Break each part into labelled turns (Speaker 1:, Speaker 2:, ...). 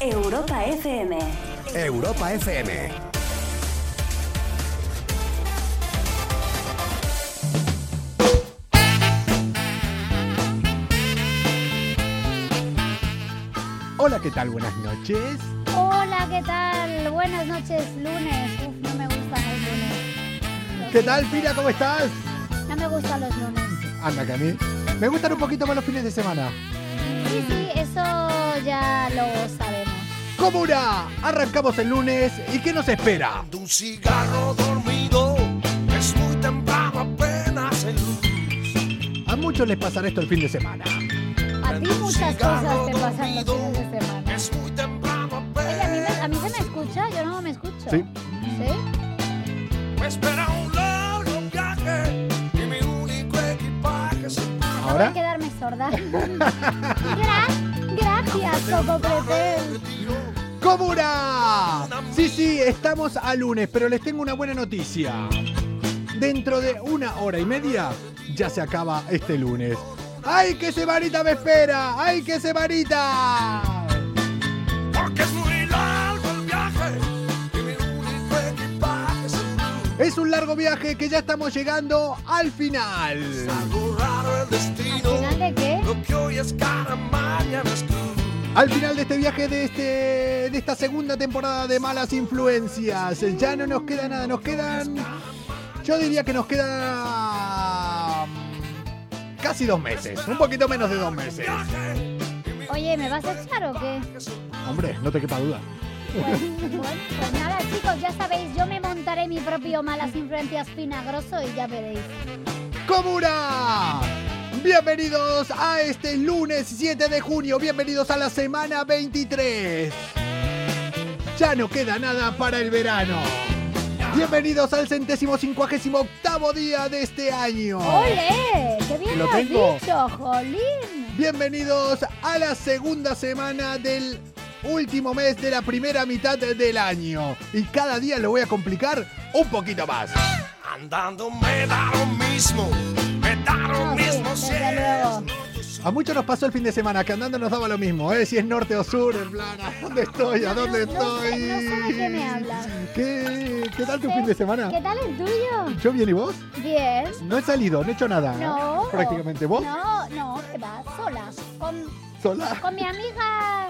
Speaker 1: Europa FM.
Speaker 2: Europa FM. Hola, ¿qué tal? Buenas noches.
Speaker 3: Hola, ¿qué tal? Buenas noches, lunes. Uf, no me gustan los lunes. Los
Speaker 2: ¿Qué tal,
Speaker 3: lunes.
Speaker 2: Pira? ¿Cómo estás?
Speaker 3: No me gustan los lunes.
Speaker 2: Anda, que a mí me gustan un poquito más los fines de semana.
Speaker 3: Sí, sí, eso ya lo sabemos.
Speaker 2: ¡Comuna! Arrancamos el lunes y ¿qué nos espera?
Speaker 4: de un cigarro dormido es muy temprano apenas el luz.
Speaker 2: A muchos les pasará esto el fin de semana.
Speaker 3: A ti
Speaker 4: Prende un
Speaker 3: muchas
Speaker 4: cigarro
Speaker 3: cosas te pasan los
Speaker 4: dormido,
Speaker 3: fines de semana.
Speaker 4: Es muy temprano
Speaker 3: Oye, a mí, me-
Speaker 4: apenas
Speaker 3: a mí se me escucha, yo no me escucho.
Speaker 2: Sí.
Speaker 3: ¿Sí?
Speaker 4: me espera un largo viaje y mi único equipaje es un
Speaker 3: No voy a
Speaker 2: Ahora,
Speaker 3: quedarme sorda. Gra- gracias, Coco Pretel.
Speaker 4: retiro.
Speaker 2: ¡Comuna! Sí, sí, estamos a lunes, pero les tengo una buena noticia. Dentro de una hora y media ya se acaba este lunes. ¡Ay, qué semanita me espera! ¡Ay, qué semanita!
Speaker 4: Porque es muy largo el viaje y mi único equipaje es el luz.
Speaker 2: Es un largo viaje que ya estamos llegando al final.
Speaker 4: Algo raro el
Speaker 3: ¿Al
Speaker 4: destino.
Speaker 3: final de qué?
Speaker 4: Lo que hoy es cara, mañana es cruz.
Speaker 2: Al final de este viaje de, este, de esta segunda temporada de Malas Influencias. Ya no nos queda nada, nos quedan... Yo diría que nos queda... mm, Casi dos meses, un poquito menos de dos meses.
Speaker 3: Oye, ¿me vas a echar o qué?
Speaker 2: Hombre, no te quepa duda.
Speaker 3: Pues, bueno, pues nada, chicos, ya sabéis, yo me montaré mi propio Malas Influencias Pinagroso y ya veréis.
Speaker 2: ¡Comuna! Bienvenidos a este lunes 7 de junio, bienvenidos a la semana 23. Ya no queda nada para el verano. Bienvenidos al centésimo cincuagésimo octavo día de este año.
Speaker 3: ¡Ole! ¡Qué bien
Speaker 2: Lo
Speaker 3: lo, has
Speaker 2: tengo.
Speaker 3: dicho, jolín!
Speaker 2: Bienvenidos a la segunda semana del último mes de la primera mitad del año. Y cada día lo voy a complicar un poquito más.
Speaker 4: Andando me da lo mismo, me da lo
Speaker 3: No, sí,
Speaker 4: mismo si
Speaker 3: desde luego.
Speaker 4: es
Speaker 2: A muchos nos pasó el fin de semana que andando nos daba lo mismo, ¿eh? Si es norte o sur, en plan, ¿a dónde estoy? ¿A
Speaker 3: No,
Speaker 2: dónde
Speaker 3: no, no sé-
Speaker 2: estoy?
Speaker 3: no sé de qué me hablas.
Speaker 2: ¿Qué, qué tal tu
Speaker 3: Sí.
Speaker 2: fin de semana?
Speaker 3: ¿Qué tal el tuyo?
Speaker 2: ¿Yo bien y vos?
Speaker 3: Bien.
Speaker 2: No he salido, no he hecho nada. ¿eh?
Speaker 3: No.
Speaker 2: Prácticamente vos,
Speaker 3: No, no, te vas sola. Con,
Speaker 2: sola.
Speaker 3: con mi amiga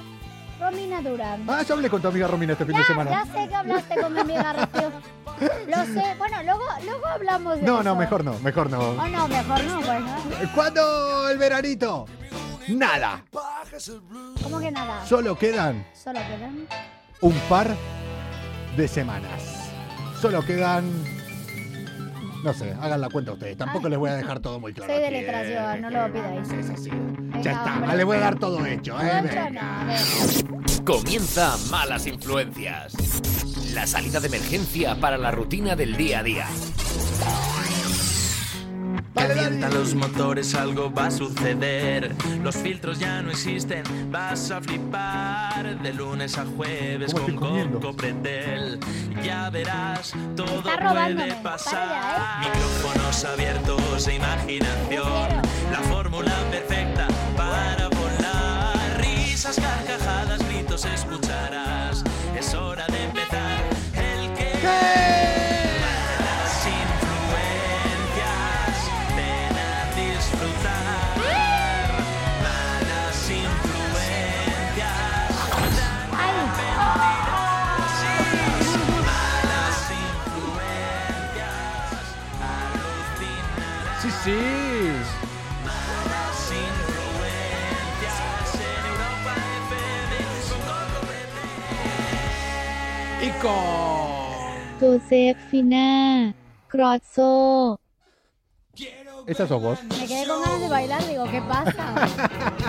Speaker 3: Romina Durán.
Speaker 2: Ah, yo hablé con tu amiga Romina este fin de
Speaker 3: Ya,
Speaker 2: semana.
Speaker 3: ya sé que hablaste con mi amiga Rocío. Lo sé. Bueno, luego, luego hablamos de
Speaker 2: No,
Speaker 3: eso.
Speaker 2: no, mejor no, mejor no.
Speaker 3: Oh, no, mejor no, bueno.
Speaker 2: ¿Cuándo el veranito? Nada.
Speaker 4: bajes el blues.
Speaker 3: ¿Cómo que nada?
Speaker 2: Solo quedan
Speaker 3: Solo quedan.
Speaker 2: un par de semanas. Solo quedan. No sé, hagan la cuenta ustedes. Tampoco
Speaker 3: Ay.
Speaker 2: les voy a dejar todo muy claro.
Speaker 3: Soy de
Speaker 2: aquí,
Speaker 3: letras
Speaker 2: eh,
Speaker 3: yo, no lo
Speaker 2: eh,
Speaker 3: pidáis.
Speaker 2: Es así.
Speaker 3: Venga,
Speaker 2: ya está,
Speaker 3: hombre.
Speaker 2: le voy a dar todo hecho, eh.
Speaker 3: Ocho, no,
Speaker 2: venga.
Speaker 3: a ver.
Speaker 5: Comienza Malas Influencias. La salida de emergencia para la rutina del día a día.
Speaker 2: Dale, Dani.
Speaker 6: Calienta los motores, algo va a suceder. Los filtros ya no existen, vas a flipar. De lunes a jueves
Speaker 2: ¿Cómo
Speaker 6: con
Speaker 2: estoy comiendo?
Speaker 6: Coco Pretel. Ya verás, todo
Speaker 3: Está robándome,
Speaker 6: puede
Speaker 3: para ¿eh?
Speaker 6: pasar.
Speaker 3: ya,
Speaker 6: Micrófonos abiertos e imaginación.
Speaker 3: Te quiero.
Speaker 6: La fórmula perfecta para volar. Risas, carcajadas, gritos escucharás. Es hora de empezar. El que las influencias, ven a disfrutar. Malas influencias,
Speaker 3: Ay,
Speaker 6: malas influencias, alucinarás.
Speaker 2: Sí, sí.
Speaker 6: Malas influencias en Europa FM con Coco Pretel.
Speaker 2: Y con.
Speaker 7: ตูเซฟฟิน่ากรอดโซ
Speaker 2: Esa sos vos.
Speaker 3: me quedé con ganas de bailar, digo, ¿qué pasa?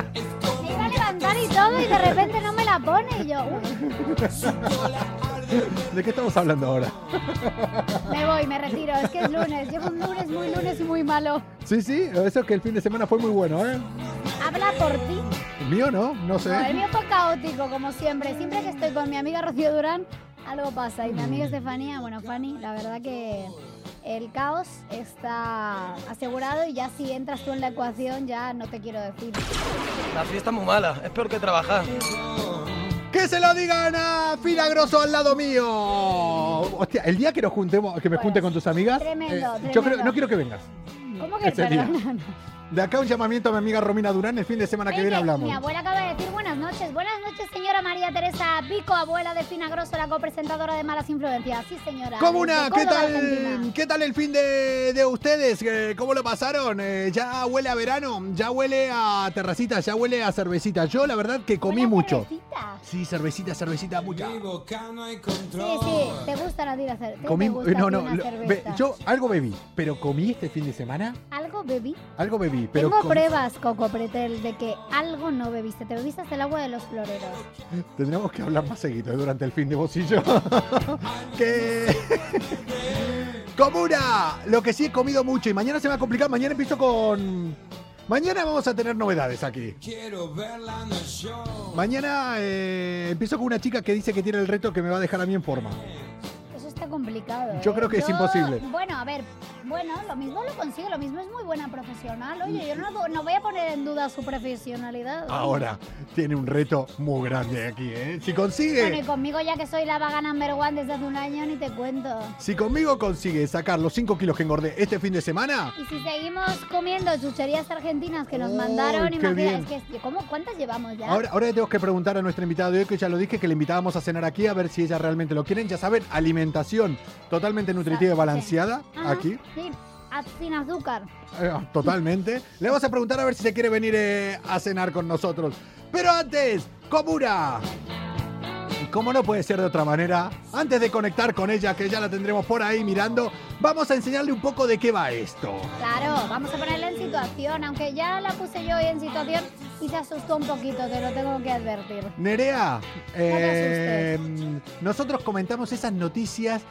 Speaker 3: Me iba a levantar y todo y de repente no me la pone y yo, uy,
Speaker 2: ¿De qué estamos hablando ahora?
Speaker 3: me voy, me retiro, es que es lunes, llevo un lunes muy lunes y muy malo.
Speaker 2: Sí, sí, eso que el fin de semana fue muy bueno, ¿eh?
Speaker 3: Habla por ti.
Speaker 2: Mío no, no sé.
Speaker 3: No, el mío fue caótico, como siempre. Siempre que estoy con mi amiga Rocío Durán, algo pasa. Y mi amiga Estefanía, bueno, Fanny, la verdad que el caos está asegurado y ya si entras tú en la ecuación, ya no te quiero decir.
Speaker 8: La fiesta es muy mala, es peor que trabajar.
Speaker 2: ¿Qué? Que se lo digan a Filagroso al lado mío. Hostia, el día que nos juntemos, que me
Speaker 3: Bueno,
Speaker 2: junte con tus amigas. eh,
Speaker 3: tremendo,
Speaker 2: Yo
Speaker 3: tremendo.
Speaker 2: creo, no quiero que vengas.
Speaker 3: ¿Cómo que
Speaker 2: Ese día.
Speaker 3: perdón? No, no.
Speaker 2: De acá un llamamiento a mi amiga Romina Durán el fin de semana que
Speaker 3: Oye,
Speaker 2: viene hablamos.
Speaker 3: Mi abuela acaba de decir buenas noches. Buenas noches, señora María Teresa Pico, abuela de Fina Grosso, la copresentadora de Malas Influencias. Sí, señora.
Speaker 2: Comuna,
Speaker 3: Desde
Speaker 2: ¿qué
Speaker 3: Córdoba,
Speaker 2: tal,
Speaker 3: Argentina.
Speaker 2: ¿qué tal el fin de, de ustedes? Eh, ¿Cómo lo pasaron? Eh, ya huele a verano, ya huele a terracita, ya huele a cervecita. Yo la verdad que comí
Speaker 3: Buena
Speaker 2: mucho.
Speaker 3: cervecita.
Speaker 2: Sí, cervecita, cervecita, mucha.
Speaker 3: Sí, sí, te gustan a ti la cerveza.
Speaker 2: Comí, no, no,
Speaker 3: una
Speaker 2: lo- ve-
Speaker 3: cerveza.
Speaker 2: yo algo bebí, pero comí este fin de semana,
Speaker 3: ¿Algo bebí?
Speaker 2: algo bebí, pero
Speaker 3: Tengo
Speaker 2: com-
Speaker 3: pruebas, Coco Pretel, de que algo no bebiste. Te bebiste hasta el agua de los floreros.
Speaker 2: tendremos que hablar más seguido eh, durante el fin de vos y yo. que Comuna, lo que sí he comido mucho y mañana se va a complicar, mañana empiezo con Mañana vamos a tener novedades aquí. Mañana eh, empiezo con una chica que dice que tiene el reto que me va a dejar a mí en forma.
Speaker 3: Eso está complicado.
Speaker 2: Yo
Speaker 3: ¿eh?
Speaker 2: creo que es imposible.
Speaker 3: Bueno, a ver, bueno, lo mismo lo consigue, lo mismo es muy buena profesional. Oye, yo no, no voy a poner en duda su profesionalidad.
Speaker 2: Ahora tiene un reto muy grande aquí, ¿eh? Si
Speaker 3: Bueno, y
Speaker 2: consigue,
Speaker 3: conmigo ya que soy la vaga number one desde hace un año, ni te cuento.
Speaker 2: si conmigo consigue sacar los 5 kilos que engordé este fin de semana,
Speaker 3: Y si seguimos comiendo chucherías argentinas que nos
Speaker 2: Uy,
Speaker 3: mandaron,
Speaker 2: qué
Speaker 3: imagínate, es que, ¿cómo, ¿cuántas llevamos ya?
Speaker 2: Ahora, ahora le tengo que preguntar a nuestra invitada de hoy, que ya lo dije, que le invitábamos a cenar aquí, a ver si ella realmente lo quieren. Ya saben, alimentación totalmente nutritiva y
Speaker 3: Sí.
Speaker 2: balanceada
Speaker 3: Ajá,
Speaker 2: aquí,
Speaker 3: Ah, Sí, a- sin azúcar.
Speaker 2: eh, totalmente. Le vamos a preguntar a ver si se quiere venir eh, a cenar con nosotros. Pero antes, Comura. Y Como no puede ser de otra manera, antes de conectar con ella, que ya la tendremos por ahí mirando, vamos a enseñarle un poco de qué va esto.
Speaker 3: Claro, vamos a ponerla en situación, aunque ya la puse yo hoy en situación y se asustó un poquito, te lo tengo que advertir.
Speaker 2: Nerea,
Speaker 3: te
Speaker 2: eh, nosotros comentamos esas noticias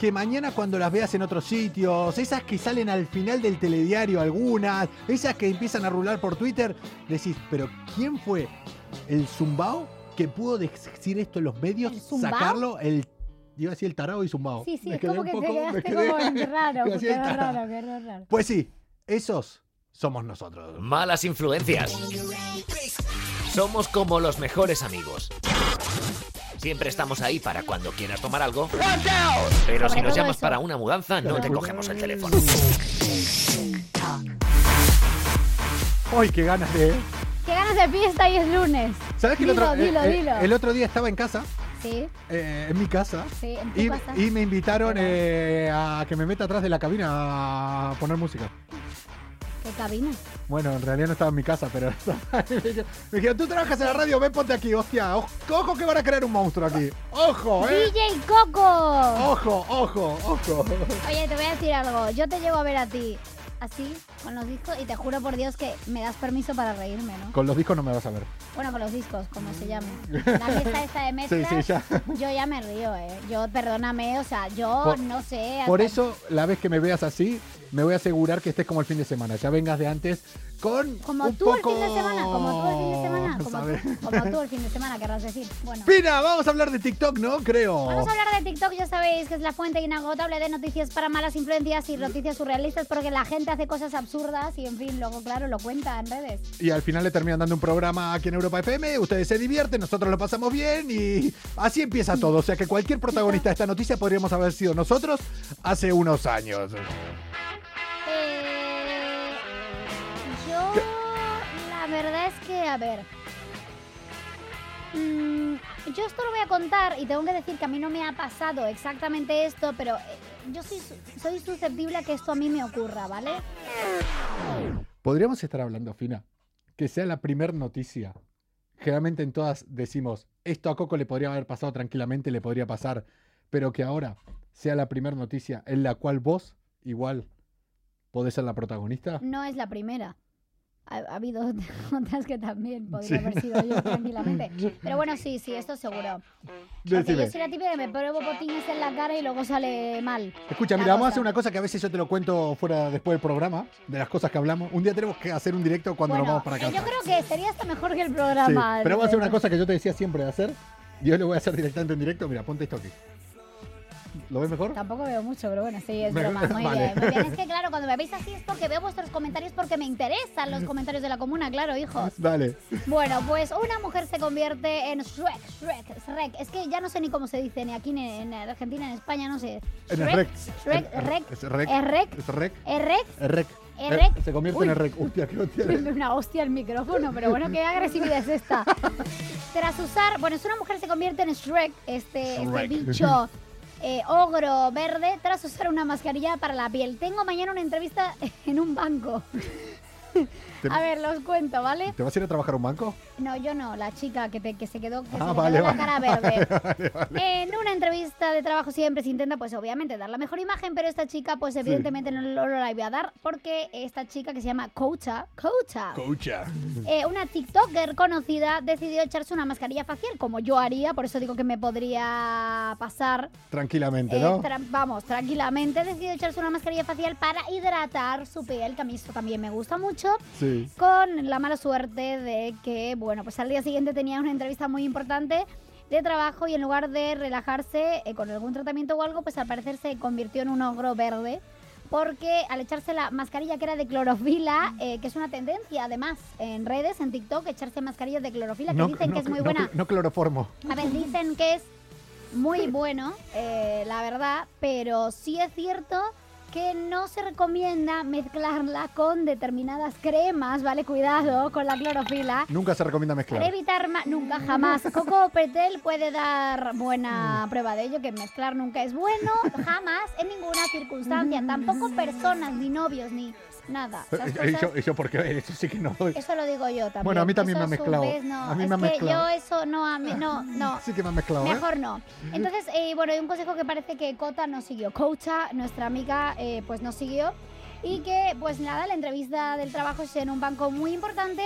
Speaker 2: que mañana cuando las veas en otros sitios, esas que salen al final del telediario algunas, esas que empiezan a rular por Twitter, decís, pero ¿quién fue el zumbao que pudo decir esto en los medios?
Speaker 3: ¿El zumbao?
Speaker 2: Sacarlo, el... Iba a decir el tarado y zumbao.
Speaker 3: Sí, sí,
Speaker 2: Me
Speaker 3: es
Speaker 2: quedé
Speaker 3: como
Speaker 2: un
Speaker 3: que te
Speaker 2: poco- me
Speaker 3: quedaste
Speaker 2: quedé-
Speaker 3: como en raro,
Speaker 2: me hacía
Speaker 3: quedó
Speaker 2: el tarado.
Speaker 3: raro, quedó raro.
Speaker 2: Pues sí, esos somos nosotros.
Speaker 5: Malas influencias. Somos como los mejores amigos. Siempre estamos ahí para cuando quieras tomar algo. Pero si
Speaker 3: Sobre
Speaker 5: nos
Speaker 3: todo
Speaker 5: llamas
Speaker 3: eso.
Speaker 5: para una mudanza, no te cogemos el teléfono.
Speaker 2: ¡Ay, qué ganas de...
Speaker 3: Qué ganas de fiesta y es lunes.
Speaker 2: ¿Sabes que el
Speaker 3: Dilo,
Speaker 2: otro, eh,
Speaker 3: dilo,
Speaker 2: eh,
Speaker 3: dilo.
Speaker 2: el otro día estaba en casa?
Speaker 3: Sí,
Speaker 2: eh, en mi casa.
Speaker 3: sí, en tu
Speaker 2: Y,
Speaker 3: casa.
Speaker 2: y me invitaron eh, a que me meta atrás de la cabina a poner música.
Speaker 3: ¿Qué cabina?
Speaker 2: Bueno, en realidad no estaba en mi casa, pero me dijeron, tú trabajas en la radio, ven, ponte aquí, hostia. Ojo, ojo que van a crear un monstruo aquí. Ojo, eh.
Speaker 3: DJ Coco.
Speaker 2: Ojo, ojo, ojo.
Speaker 3: Oye, te voy a decir algo. Yo te llevo a ver a ti así, con los discos, y te juro por Dios que me das permiso para reírme, ¿no?
Speaker 2: Con los discos no me vas a ver.
Speaker 3: Bueno, con los discos, como se llame. La fiesta esta de
Speaker 2: Sí, sí,
Speaker 3: mezclas,
Speaker 2: ya.
Speaker 3: yo ya me río, ¿eh? Yo, perdóname, o sea, yo
Speaker 2: Por-
Speaker 3: no sé.
Speaker 2: Por
Speaker 3: hasta-
Speaker 2: eso, la vez que me veas así, me voy a asegurar que estés como el fin de semana. Ya vengas de antes con.
Speaker 3: Como
Speaker 2: un
Speaker 3: tú el fin de
Speaker 2: poco-
Speaker 3: semana, como tú el fin de semana, como
Speaker 2: ¿sabes?
Speaker 3: tú, como tú el fin de semana, querrás decir. Bueno.
Speaker 2: Pina, vamos a hablar de TikTok, ¿no? Creo.
Speaker 3: Vamos a hablar de TikTok, ya sabéis que es la fuente inagotable de noticias para malas influencias y noticias surrealistas porque la gente hace cosas absurdas y en fin, luego claro, lo cuenta en redes.
Speaker 2: Y al final le terminan dando un programa aquí en Europa FM, ustedes se divierten, nosotros lo pasamos bien y así empieza todo. O sea que cualquier protagonista de esta noticia podríamos haber sido nosotros hace unos años.
Speaker 3: Eh, yo la verdad es que, a ver. mm, yo esto lo voy a contar y tengo que decir que a mí no me ha pasado exactamente esto, pero eh, yo soy, su- soy susceptible a que esto a mí me ocurra, ¿vale?
Speaker 2: Podríamos estar hablando, Fina, que sea la primer noticia. Generalmente en todas decimos, esto a Coco le podría haber pasado tranquilamente, le podría pasar, pero que ahora sea la primer noticia en la cual vos igual podés ser la protagonista.
Speaker 3: No es la primera. Ha, ha habido otras que también podría
Speaker 2: Sí.
Speaker 3: haber sido yo tranquilamente. Pero bueno, sí, sí, esto seguro. Porque
Speaker 2: Decime.
Speaker 3: yo soy la típica que me pruebo botines en la cara y luego sale mal.
Speaker 2: Escucha,
Speaker 3: La
Speaker 2: mira, vamos a
Speaker 3: cosa.
Speaker 2: hacer una cosa que a veces yo te lo cuento fuera después del programa, de las cosas que hablamos. Un día tenemos que hacer un directo cuando
Speaker 3: bueno,
Speaker 2: nos vamos para
Speaker 3: eh,
Speaker 2: casa.
Speaker 3: yo creo que sería hasta mejor que el
Speaker 2: Sí,
Speaker 3: programa.
Speaker 2: Pero vamos a hacer una cosa que yo te decía siempre de hacer. Yo lo voy a hacer directamente en directo. Mira, ponte esto aquí. ¿Lo ves mejor?
Speaker 3: Tampoco veo mucho, pero bueno, sí, es
Speaker 2: Me-
Speaker 3: broma. Muy
Speaker 2: vale.
Speaker 3: bien, muy bien. Es que claro, cuando me veis así es porque veo vuestros comentarios porque me interesan los comentarios de la comuna, claro, hijos.
Speaker 2: Dale.
Speaker 3: Bueno, pues una mujer se convierte en Shrek, Shrek, Shrek. Es que ya no sé ni cómo se dice, ni aquí, ni en Argentina, en España, no sé.
Speaker 2: En el
Speaker 3: Shrek,
Speaker 2: rec.
Speaker 3: Shrek,
Speaker 2: En-
Speaker 3: Rec,
Speaker 2: Es rec.
Speaker 3: es Rec,
Speaker 2: Es rec.
Speaker 3: es Rec.
Speaker 2: Es rec.
Speaker 3: Es
Speaker 2: Eh,
Speaker 3: rec.
Speaker 2: Se convierte
Speaker 3: Uy.
Speaker 2: en el rec. Hostia, que no tiene.
Speaker 3: Denme una hostia al micrófono, pero bueno, qué agresividad es esta. Tras usar, bueno, es una mujer se convierte en Shrek, este, este
Speaker 5: Shrek.
Speaker 3: bicho eh, ogro verde, tras usar una mascarilla para la piel. Tengo mañana una entrevista en un banco.
Speaker 2: Te-
Speaker 3: A ver, los cuento, ¿vale?
Speaker 2: ¿Te vas a ir a trabajar a un banco?
Speaker 3: No, yo no, la chica que, te- que se quedó, que se
Speaker 2: Ah,
Speaker 3: le quedó
Speaker 2: vale,
Speaker 3: la
Speaker 2: vale.
Speaker 3: cara verde. En una entrevista de trabajo siempre se intenta, pues obviamente, dar la mejor imagen, pero esta chica, pues evidentemente no, lo- no la iba a dar, porque esta chica que se llama Coacha, Coacha,
Speaker 2: Coacha.
Speaker 3: eh, una TikToker conocida, decidió echarse una mascarilla facial, como yo haría, por eso digo que me podría pasar
Speaker 2: Tranquilamente,
Speaker 3: eh,
Speaker 2: ¿no?
Speaker 3: tra- vamos, tranquilamente decidió echarse una mascarilla facial para hidratar su piel, que a mí esto también me gusta mucho.
Speaker 2: Sí.
Speaker 3: Con la mala suerte de que, bueno, pues al día siguiente tenía una entrevista muy importante de trabajo y en lugar de relajarse eh, con algún tratamiento o algo, pues al parecer se convirtió en un ogro verde. Porque al echarse la mascarilla que era de clorofila, eh, que es una tendencia además en redes, en TikTok, echarse mascarillas de clorofila, que dicen que es muy
Speaker 2: no,
Speaker 3: buena.
Speaker 2: No cloroformo.
Speaker 3: A ver, dicen que es muy bueno, eh, la verdad, pero sí es cierto que no se recomienda mezclarla con determinadas cremas, ¿vale? Cuidado con la clorofila.
Speaker 2: Nunca se recomienda
Speaker 3: Para
Speaker 2: mezclar.
Speaker 3: evitar ma- nunca jamás. Coco Petel puede dar
Speaker 2: Mm.
Speaker 3: buena prueba de ello, que mezclar nunca es bueno, jamás, en ninguna circunstancia. Tampoco personas, ni novios, ni nada. Esas
Speaker 2: Mm. Eh, eh,
Speaker 3: cosas-
Speaker 2: yo, yo porque eso sí que no doy.
Speaker 3: eso lo digo yo también.
Speaker 2: Bueno, a mí también
Speaker 3: Eso
Speaker 2: me ha
Speaker 3: a su
Speaker 2: mezclado.
Speaker 3: vez no.
Speaker 2: A mí
Speaker 3: es
Speaker 2: me ha
Speaker 3: que
Speaker 2: mezclado.
Speaker 3: yo eso no, a mí- no, no.
Speaker 2: Sí que me han mezclado, ¿eh?
Speaker 3: Mejor no. Entonces, eh, bueno, hay un consejo que parece que Cota no siguió. Cocha, nuestra amiga, eh, pues no siguió. Y que, pues nada, la entrevista del trabajo es en un banco muy importante.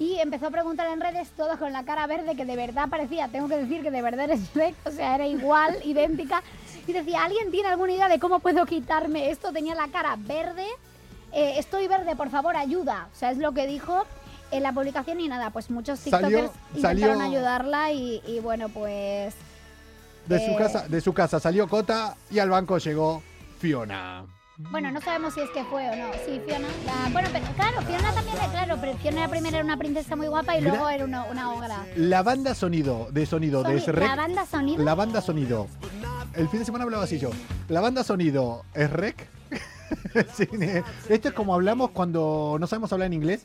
Speaker 3: Y empezó a preguntar en redes todo con la cara verde que de verdad parecía, tengo que decir que de verdad eres Shrek, o sea, era igual, idéntica. Y decía, ¿alguien tiene alguna idea de cómo puedo quitarme esto? Tenía la cara verde. Eh, estoy verde, por favor, ayuda. O sea, es lo que dijo en la publicación y nada, pues muchos
Speaker 2: Salió-
Speaker 3: TikTokers intentaron
Speaker 2: salió-
Speaker 3: ayudarla y, y bueno, pues
Speaker 2: De su
Speaker 3: Eh.
Speaker 2: casa, de su casa salió Cota y al banco llegó Fiona.
Speaker 3: Bueno, no sabemos si es que fue o no. Sí, Fiona. la- bueno, pero claro, Fiona también, era- claro, pero Fiona era primero era una princesa muy guapa y
Speaker 2: Mira.
Speaker 3: luego era una, una ogra.
Speaker 2: La banda sonido de sonido de
Speaker 3: Soni-
Speaker 2: ese
Speaker 3: la
Speaker 2: rec.
Speaker 3: banda sonido.
Speaker 2: La banda sonido. El fin de semana hablaba así yo. La banda sonido es rec. Sí, eh. Esto es como hablamos cuando no sabemos hablar en inglés.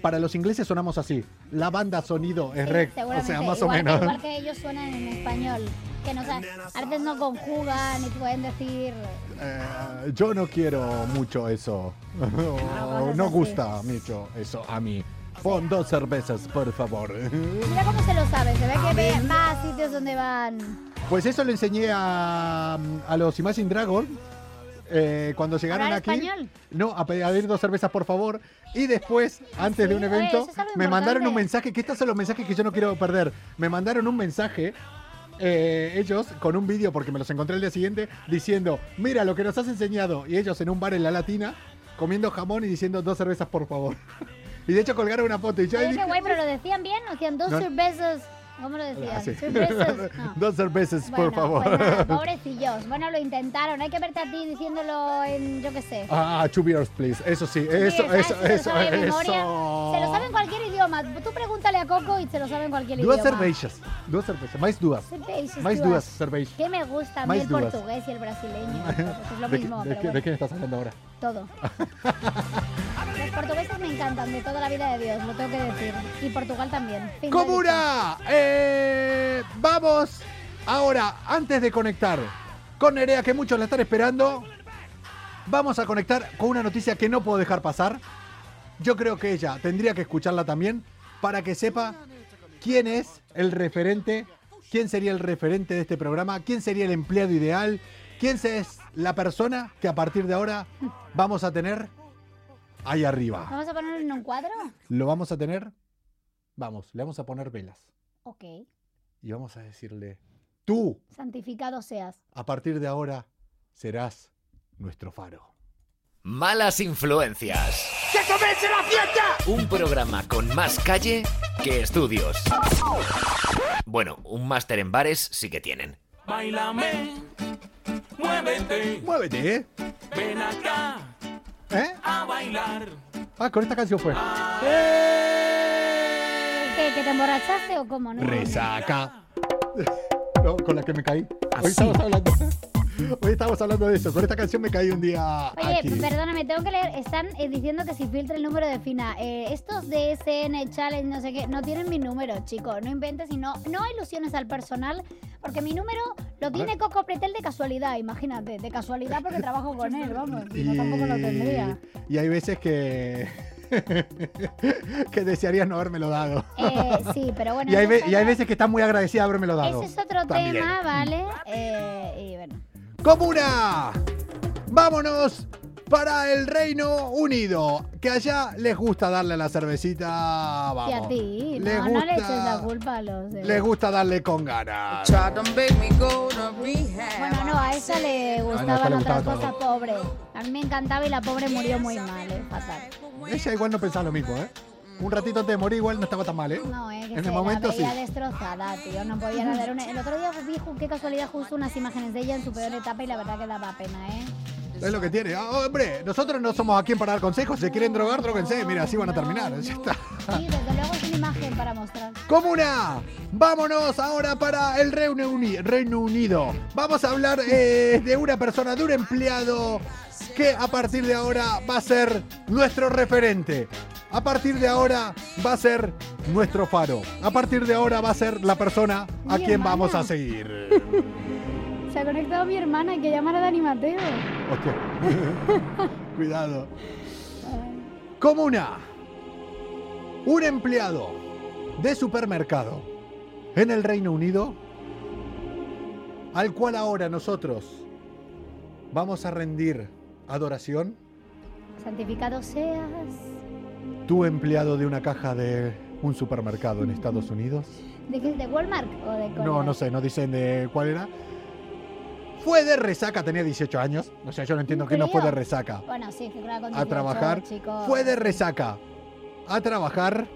Speaker 2: Para los ingleses sonamos así. La banda sonido es
Speaker 3: Sí,
Speaker 2: rec. O
Speaker 3: seguramente,
Speaker 2: sea, más o
Speaker 3: igual que-
Speaker 2: menos.
Speaker 3: igual que ellos suenan en español. Que no saben, a veces no conjugan y pueden decir.
Speaker 2: Eh, yo no quiero mucho eso.
Speaker 3: cosas
Speaker 2: no
Speaker 3: así.
Speaker 2: gusta mucho eso a mí. Pon dos cervezas, por favor.
Speaker 3: Mira cómo se lo sabe, se ve que ve- va a sitios donde van.
Speaker 2: Pues eso le enseñé a, a los Imagine Dragon eh, cuando llegaron
Speaker 3: ¿Hablar
Speaker 2: aquí.
Speaker 3: español?
Speaker 2: No, a pedir dos cervezas, por favor. Y después, antes de un
Speaker 3: Ah, sí? Oye,
Speaker 2: evento,
Speaker 3: eso es algo
Speaker 2: me mandaron un
Speaker 3: importante.
Speaker 2: mensaje, que estos son los mensajes que yo no quiero perder. Me mandaron un mensaje. eh, ellos con un vídeo, porque me los encontré el día siguiente, diciendo, mira lo que nos has enseñado. Y ellos en un bar en la latina, comiendo jamón y diciendo dos cervezas, por favor. y de hecho colgaron una foto y yo ahí
Speaker 3: Oye, qué
Speaker 2: dije,
Speaker 3: guay, pero lo decían bien, o decían dos
Speaker 2: No.
Speaker 3: cervezas. ¿Cómo lo decían?
Speaker 2: Ah, sí.
Speaker 3: Surpresas, no.
Speaker 2: dos cervezas,
Speaker 3: Bueno,
Speaker 2: por favor.
Speaker 3: Pues nada, pobrecillos. Bueno, lo intentaron. Hay que verte a ti diciéndolo en, yo qué sé.
Speaker 2: Ah, two beers, please. Eso sí, eso,
Speaker 3: Mira,
Speaker 2: eso,
Speaker 3: ¿sabes? Se lo
Speaker 2: eso,
Speaker 3: sabe de memoria.
Speaker 2: eso.
Speaker 3: Se lo sabe en cualquier idioma. Tú pregúntale a Coco y se lo sabe en cualquier
Speaker 2: Duas
Speaker 3: idioma.
Speaker 2: cervejas, duas cervejas, mais duas.
Speaker 3: Cervejas,
Speaker 2: Mais
Speaker 3: duas.
Speaker 2: duas cervejas.
Speaker 3: Que me gusta a mí
Speaker 2: Mais
Speaker 3: el
Speaker 2: dudas.
Speaker 3: portugués y el brasileño. Pues es lo
Speaker 2: ¿De qué-
Speaker 3: mismo,
Speaker 2: de
Speaker 3: pero
Speaker 2: qué-
Speaker 3: bueno,
Speaker 2: ¿De qué estás hablando ahora?
Speaker 3: todo. Los portugueses me encantan, de toda la vida de Dios, lo tengo que decir. Y Portugal también. Fin de
Speaker 2: Comuna, eh, vamos ahora, antes de conectar con Nerea, que muchos la están esperando, vamos a conectar con una noticia que no puedo dejar pasar. Yo creo que ella tendría que escucharla también para que sepa quién es el referente, quién sería el referente de este programa, quién sería el empleado ideal, quién se- es la persona que a partir de ahora vamos a tener ahí
Speaker 3: dicha.
Speaker 2: arriba.
Speaker 3: ¿Vamos a ponerlo en un cuadro?
Speaker 2: Lo vamos a tener, vamos, le vamos a poner velas
Speaker 3: Ok.
Speaker 2: y vamos a decirle, tú
Speaker 3: Santificado seas.
Speaker 2: a partir de ahora serás nuestro faro.
Speaker 5: Malas influencias.
Speaker 4: ¡Que comience la fiesta!
Speaker 5: Un programa con más calle que estudios. Bueno, un máster en bares sí que tienen.
Speaker 6: Bailame, Muévete,
Speaker 2: Muévete, ¿eh?
Speaker 6: ven acá
Speaker 2: ¿Eh?
Speaker 6: a bailar.
Speaker 2: Ah, con esta canción fue.
Speaker 3: ¿Qué, ¿Que te emborrachaste o cómo? No,
Speaker 2: Resaca. No, con la que me caí. Hoy estamos hablando. Hoy estábamos hablando de eso. Con esta canción me caí un día.
Speaker 3: Oye,
Speaker 2: aquí.
Speaker 3: perdóname, tengo que leer. Están eh, diciendo que si filtra el número de Fina. Eh, estos DSN Challenge, no sé qué, no tienen mi número, chicos. No inventes y no, no ilusiones al personal, porque mi número lo tiene Coco Pretel de casualidad, imagínate. De casualidad porque trabajo con él, vamos. Si no, tampoco lo tendría.
Speaker 2: y hay veces que. que desearías no habérmelo dado.
Speaker 3: Eh, sí, pero bueno.
Speaker 2: y, hay
Speaker 3: eso
Speaker 2: ve-
Speaker 3: es
Speaker 2: y hay
Speaker 3: otro-
Speaker 2: veces que estás muy agradecida de habérmelo dado.
Speaker 3: Ese es otro
Speaker 2: También. Mm.
Speaker 3: tema, ¿vale? Eh, y bueno.
Speaker 2: Comuna, vámonos para el Reino Unido, que allá les gusta darle la cervecita, vamos.
Speaker 3: Y a ti,
Speaker 2: Les
Speaker 3: no, no le eches
Speaker 2: gusta-
Speaker 3: la culpa a los. de-
Speaker 2: Les gusta darle con ganas.
Speaker 3: Bueno, no, a ella le
Speaker 2: a ella
Speaker 3: gustaban
Speaker 2: le
Speaker 3: otras
Speaker 2: gustaba
Speaker 3: cosas
Speaker 2: todo.
Speaker 3: pobres. A mí me encantaba y la pobre murió muy mal, es fatal.
Speaker 2: Ella igual no pensaba lo mismo, ¿eh? Un ratito antes de morir igual no estaba tan mal, ¿eh?
Speaker 3: No, es que
Speaker 2: En el
Speaker 3: se
Speaker 2: momento
Speaker 3: la veía
Speaker 2: sí.
Speaker 3: destrozada, tío. No podía dar una. El otro día vi, ju- qué casualidad, justo unas imágenes de ella en su peor etapa y la verdad que daba pena, ¿eh?
Speaker 2: Es lo que tiene. Ah, hombre, nosotros no somos aquí para dar consejos. Se quieren drogar, droguense. Mira, así van a terminar. Ya está.
Speaker 3: Sí, desde luego es una imagen para mostrar.
Speaker 2: Comuna, vámonos ahora para el Reino, Uni- Reino Unido. Vamos a hablar eh, de una persona, de un empleado que a partir de ahora va a ser nuestro referente. A partir de ahora va a ser nuestro faro. A partir de ahora va a ser la persona a
Speaker 3: Mi
Speaker 2: quien vamos
Speaker 3: hermana.
Speaker 2: a seguir.
Speaker 3: Se ha conectado mi hermana, hay que llamar a Dani Mateo.
Speaker 2: Hostia. Cuidado. Comuna. Un empleado de supermercado en el Reino Unido, al cual ahora nosotros vamos a rendir adoración,
Speaker 3: Santificado seas.
Speaker 2: tu empleado de una caja de un supermercado en Estados Unidos.
Speaker 3: ¿De qué? ¿De Walmart o de
Speaker 2: No,
Speaker 3: Corea?
Speaker 2: no sé, no dicen de cuál era. Fue de resaca, tenía 18 años. O sea, yo no entiendo que no fue de
Speaker 3: Increíble.
Speaker 2: resaca.
Speaker 3: Bueno, sí, que claro, con
Speaker 2: a
Speaker 3: 18,
Speaker 2: trabajar.
Speaker 3: chicos.
Speaker 2: Fue de resaca a trabajar.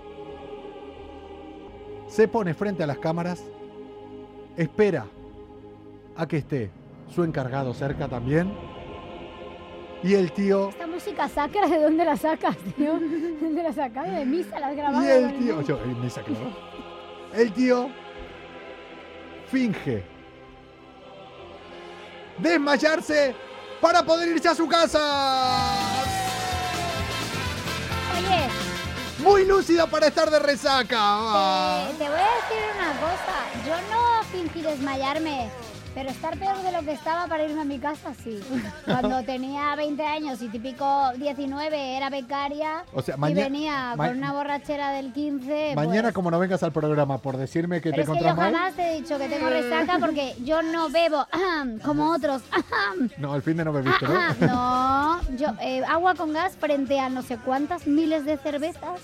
Speaker 2: Se pone frente a las cámaras. Espera a que esté su encargado cerca también. Y el tío.
Speaker 3: Esta música sacra, ¿de dónde la sacas, tío? ¿De dónde la sacas? ¿De misa la has grabado?
Speaker 2: Y el tío. yo, eh, me saqué, ¿no? El tío. Finge. Desmayarse para poder irse a su casa.
Speaker 3: Oye,
Speaker 2: Muy lúcida para estar de resaca. Ah.
Speaker 3: eh, te, te voy a decir una cosa. Yo no fingí desmayarme, pero estar peor de lo que estaba para irme a mi casa, sí. Cuando tenía 20 años y típico 19 era becaria
Speaker 2: O sea,
Speaker 3: y
Speaker 2: maña-
Speaker 3: venía
Speaker 2: ma-
Speaker 3: con una borrachera del 15.
Speaker 2: Mañana,
Speaker 3: pues,
Speaker 2: como no vengas al programa por decirme que
Speaker 3: Pero
Speaker 2: te
Speaker 3: es que yo
Speaker 2: encontrás mal.
Speaker 3: jamás te he dicho que tengo resaca porque yo no bebo como otros.
Speaker 2: No, al fin de no bebiste, ¿no?
Speaker 3: Ajá, Ah, no, yo eh, agua con gas frente a no sé cuántas miles de cervezas.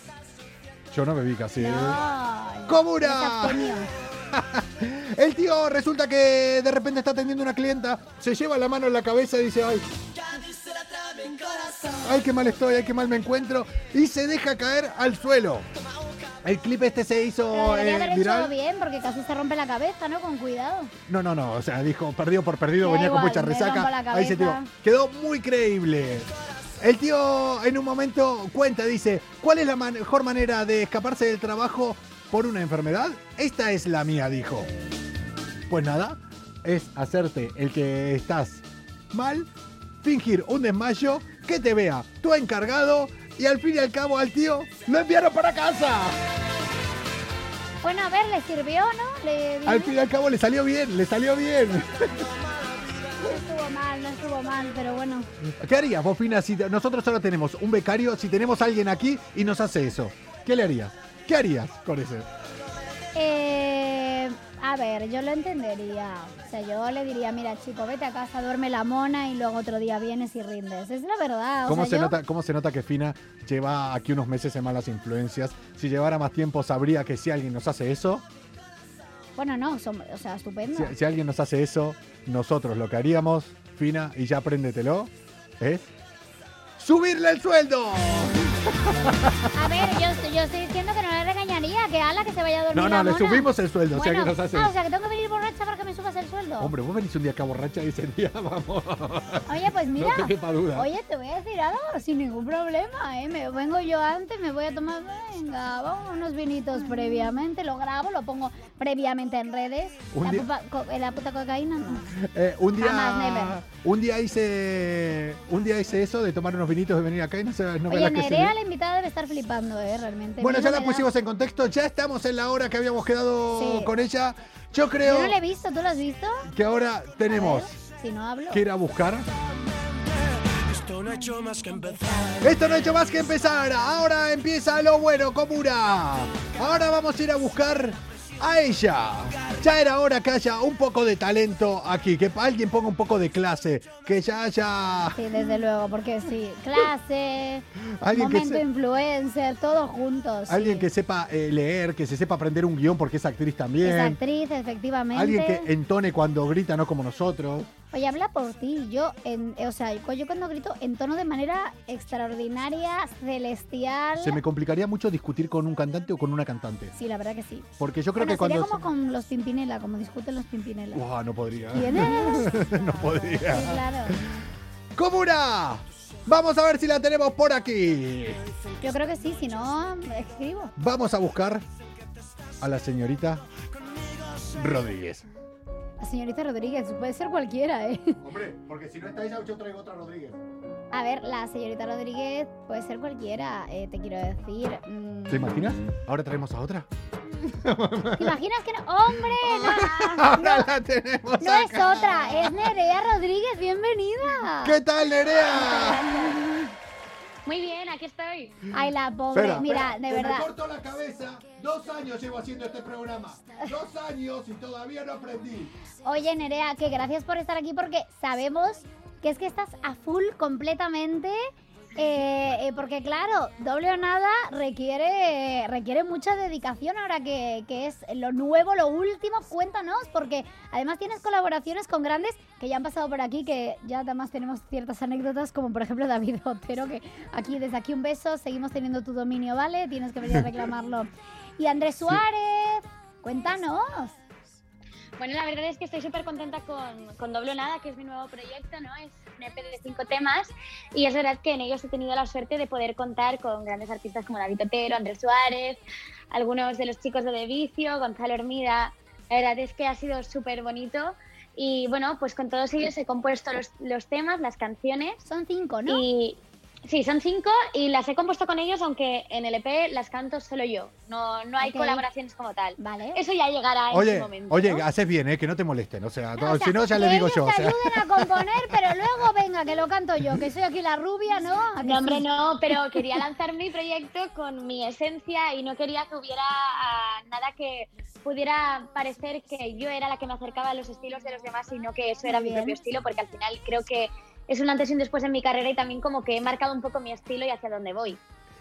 Speaker 2: Yo no bebí casi.
Speaker 3: No.
Speaker 2: ¡Comuna!
Speaker 3: eres abstemio.
Speaker 2: El tío resulta que de repente está atendiendo una clienta, se lleva la mano en la cabeza y dice, ay. Ay, qué mal estoy, ay, qué mal me encuentro. Y se deja caer al suelo. El clip este se
Speaker 3: Pero
Speaker 2: hizo
Speaker 3: debería
Speaker 2: eh,
Speaker 3: haber hecho
Speaker 2: viral.
Speaker 3: bien porque casi se rompe la cabeza, ¿no? Con cuidado.
Speaker 2: No, no, no. O sea, dijo perdido por perdido,
Speaker 3: Da
Speaker 2: venía con
Speaker 3: igual,
Speaker 2: mucha
Speaker 3: me rompo la
Speaker 2: resaca. Ahí se tío.
Speaker 3: cabeza.
Speaker 2: Quedó muy creíble. El tío en un momento cuenta, dice, ¿cuál es la man- mejor manera de escaparse del trabajo por una enfermedad? Esta es la mía, dijo. Pues nada, es hacerte el que estás mal, fingir un desmayo, que te vea tu encargado y al fin y al cabo al tío lo enviaron para casa.
Speaker 3: Bueno, a ver, le sirvió, ¿no? Le dio-
Speaker 2: Al fin y al cabo le salió bien, le salió bien.
Speaker 3: no estuvo mal, no estuvo mal, pero bueno.
Speaker 2: ¿Qué harías vos, Fina, si te- nosotros ahora tenemos un becario, si tenemos a alguien aquí y nos hace eso? ¿Qué le harías? ¿Qué harías con ese?
Speaker 3: Eh, a ver, yo lo entendería. O sea, yo le diría, mira, chico, vete a casa, duerme la mona y luego otro día vienes y rindes. Es la verdad. O
Speaker 2: ¿Cómo,
Speaker 3: sea,
Speaker 2: se
Speaker 3: yo-
Speaker 2: nota, ¿Cómo se nota que Fina lleva aquí unos meses en malas influencias? Si llevara más tiempo sabría que si alguien nos hace eso,
Speaker 3: Bueno, no, som- o sea, estupendo.
Speaker 2: si, si alguien nos hace eso, nosotros lo que haríamos, Fina, y ya apréndetelo, es... ¡Subirle el sueldo!
Speaker 3: A ver, yo, estoy- yo estoy diciendo que no le regañaría, que ala, que se vaya a dormir.
Speaker 2: No,
Speaker 3: la
Speaker 2: no, le
Speaker 3: mona.
Speaker 2: subimos el sueldo, o sea
Speaker 3: Bueno,
Speaker 2: que nos hace.
Speaker 3: Ah, o sea que tengo que venir borracha para que me subas el sueldo.
Speaker 2: Hombre, vos venís un día acá borracha y ese día vamos.
Speaker 3: Oye, pues mira.
Speaker 2: No te quepa duda.
Speaker 3: Oye, te voy a decir algo, sin ningún problema, ¿eh? Me vengo yo antes, me voy a tomar, venga, vamos unos vinitos previamente, lo grabo, lo pongo previamente en redes.
Speaker 2: Un
Speaker 3: La,
Speaker 2: día-
Speaker 3: pupa- co- eh, la puta cocaína, no.
Speaker 2: Eh, un día.
Speaker 3: Jamás, never.
Speaker 2: un día hice. Un día hice eso de tomar unos vinitos de venir acá y no sé, no
Speaker 3: Oye,
Speaker 2: veas que se
Speaker 3: Nerea, la invitada debe estar flipando, ¿eh? Realmente.
Speaker 2: Bueno,
Speaker 3: A mí
Speaker 2: ya
Speaker 3: no
Speaker 2: la
Speaker 3: me da-
Speaker 2: pusimos en contexto, ya estamos en la hora que habíamos quedado
Speaker 3: Sí.
Speaker 2: con ella. Yo creo
Speaker 3: Yo no la he visto, ¿tú la has visto?
Speaker 2: que ahora tenemos
Speaker 3: A ver, Si no hablo.
Speaker 2: que ir a buscar.
Speaker 6: Esto no ha hecho más que empezar.
Speaker 2: Esto no ha hecho más que empezar. Ahora empieza lo bueno, Comuna. Ahora vamos a ir a buscar a ella. Ya era hora que haya un poco de talento aquí, que alguien ponga un poco de clase, que ya haya
Speaker 3: Sí, desde luego, porque sí. Clase,
Speaker 2: Alguien que
Speaker 3: momento
Speaker 2: se-
Speaker 3: influencer, todos juntos. sí.
Speaker 2: alguien que sepa eh, leer, que se sepa aprender un guión porque es actriz
Speaker 3: es
Speaker 2: también.
Speaker 3: actriz, efectivamente.
Speaker 2: Alguien que entone cuando grita, no como nosotros.
Speaker 3: Oye, habla por ti. Yo, en, o sea, yo cuando grito entono de manera extraordinaria, celestial.
Speaker 2: Se me complicaría mucho discutir con un cantante o con una cantante.
Speaker 3: Sí, la verdad que sí.
Speaker 2: Porque yo creo
Speaker 3: Bueno,
Speaker 2: que cuando.
Speaker 3: sería como con los Pimpinela, como discuten los Pimpinela.
Speaker 2: Uah, no podría. ¿eh?
Speaker 3: ¿Quién es?
Speaker 2: No podría.
Speaker 3: Sí, claro.
Speaker 2: ¡Comuna! Vamos a ver si la tenemos por aquí.
Speaker 3: Yo creo que sí, si no, escribo.
Speaker 2: Vamos a buscar a la señorita Rodríguez.
Speaker 3: La señorita Rodríguez, puede ser cualquiera, ¿eh?
Speaker 2: Hombre, porque si no está ella, yo traigo otra Rodríguez.
Speaker 3: A ver, la señorita Rodríguez puede ser cualquiera, eh, te quiero decir. mm,
Speaker 2: ¿Te imaginas? Ahora traemos a otra.
Speaker 3: ¿Te imaginas que no? ¡Hombre! No,
Speaker 2: Ahora la tenemos.
Speaker 3: no es otra, es Nerea Rodríguez, bienvenida.
Speaker 2: ¿Qué tal, Nerea?
Speaker 1: Muy bien, aquí estoy.
Speaker 3: Ay, la pobre,
Speaker 2: Espera,
Speaker 3: mira,
Speaker 2: espera,
Speaker 3: de
Speaker 2: que
Speaker 3: verdad.
Speaker 2: Me corto la cabeza. Dos años llevo haciendo este programa. Dos años y todavía no aprendí.
Speaker 3: Oye, Nerea, que gracias por estar aquí porque sabemos que es que estás a full completamente. eh, eh, porque claro, doble o nada requiere, requiere mucha dedicación ahora que, que es lo nuevo, lo último. Cuéntanos, porque además tienes colaboraciones con grandes que ya han pasado por aquí, que ya además tenemos ciertas anécdotas, como por ejemplo David Otero, que aquí desde aquí un beso, seguimos teniendo tu dominio, ¿vale? Tienes que venir a reclamarlo. Y Andrés Suárez, cuéntanos.
Speaker 1: Bueno, la verdad es que estoy súper contenta con, con Doble o Nada, que es mi nuevo proyecto, ¿no? Es un EP de cinco temas y es verdad que en ellos he tenido la suerte de poder contar con grandes artistas como David Otero, Andrés Suárez, algunos de los chicos de De Vicio, Gonzalo Hermida. La verdad es que ha sido súper bonito y bueno, pues con todos ellos he compuesto los, los temas, las canciones
Speaker 3: Son cinco, ¿no?
Speaker 1: Y sí, son cinco y las he compuesto con ellos, aunque en el EP las canto solo yo. No, no hay
Speaker 3: Ok.
Speaker 1: colaboraciones como tal.
Speaker 3: Vale.
Speaker 1: Eso ya llegará en su
Speaker 2: Oye,
Speaker 1: momento.
Speaker 2: oye,
Speaker 1: ¿no?
Speaker 2: haces bien, ¿eh? Que no te molesten. O sea,
Speaker 3: O sea,
Speaker 2: si no, ya le
Speaker 3: que
Speaker 2: digo
Speaker 3: ellos
Speaker 2: yo. o
Speaker 3: te
Speaker 2: sea.
Speaker 3: ayuden a componer, pero luego venga, que lo canto yo, que soy aquí la rubia, ¿no? ¿A que
Speaker 1: No, hombre,
Speaker 3: Ah, sí?
Speaker 1: no, pero quería lanzar mi proyecto con mi esencia y no quería que hubiera ah, nada que pudiera parecer que yo era la que me acercaba a los estilos de los demás, sino que eso era mi
Speaker 3: Bien.
Speaker 1: propio estilo, porque al final creo que es un antes y un después en mi carrera y también como que he marcado un poco mi estilo y hacia dónde voy.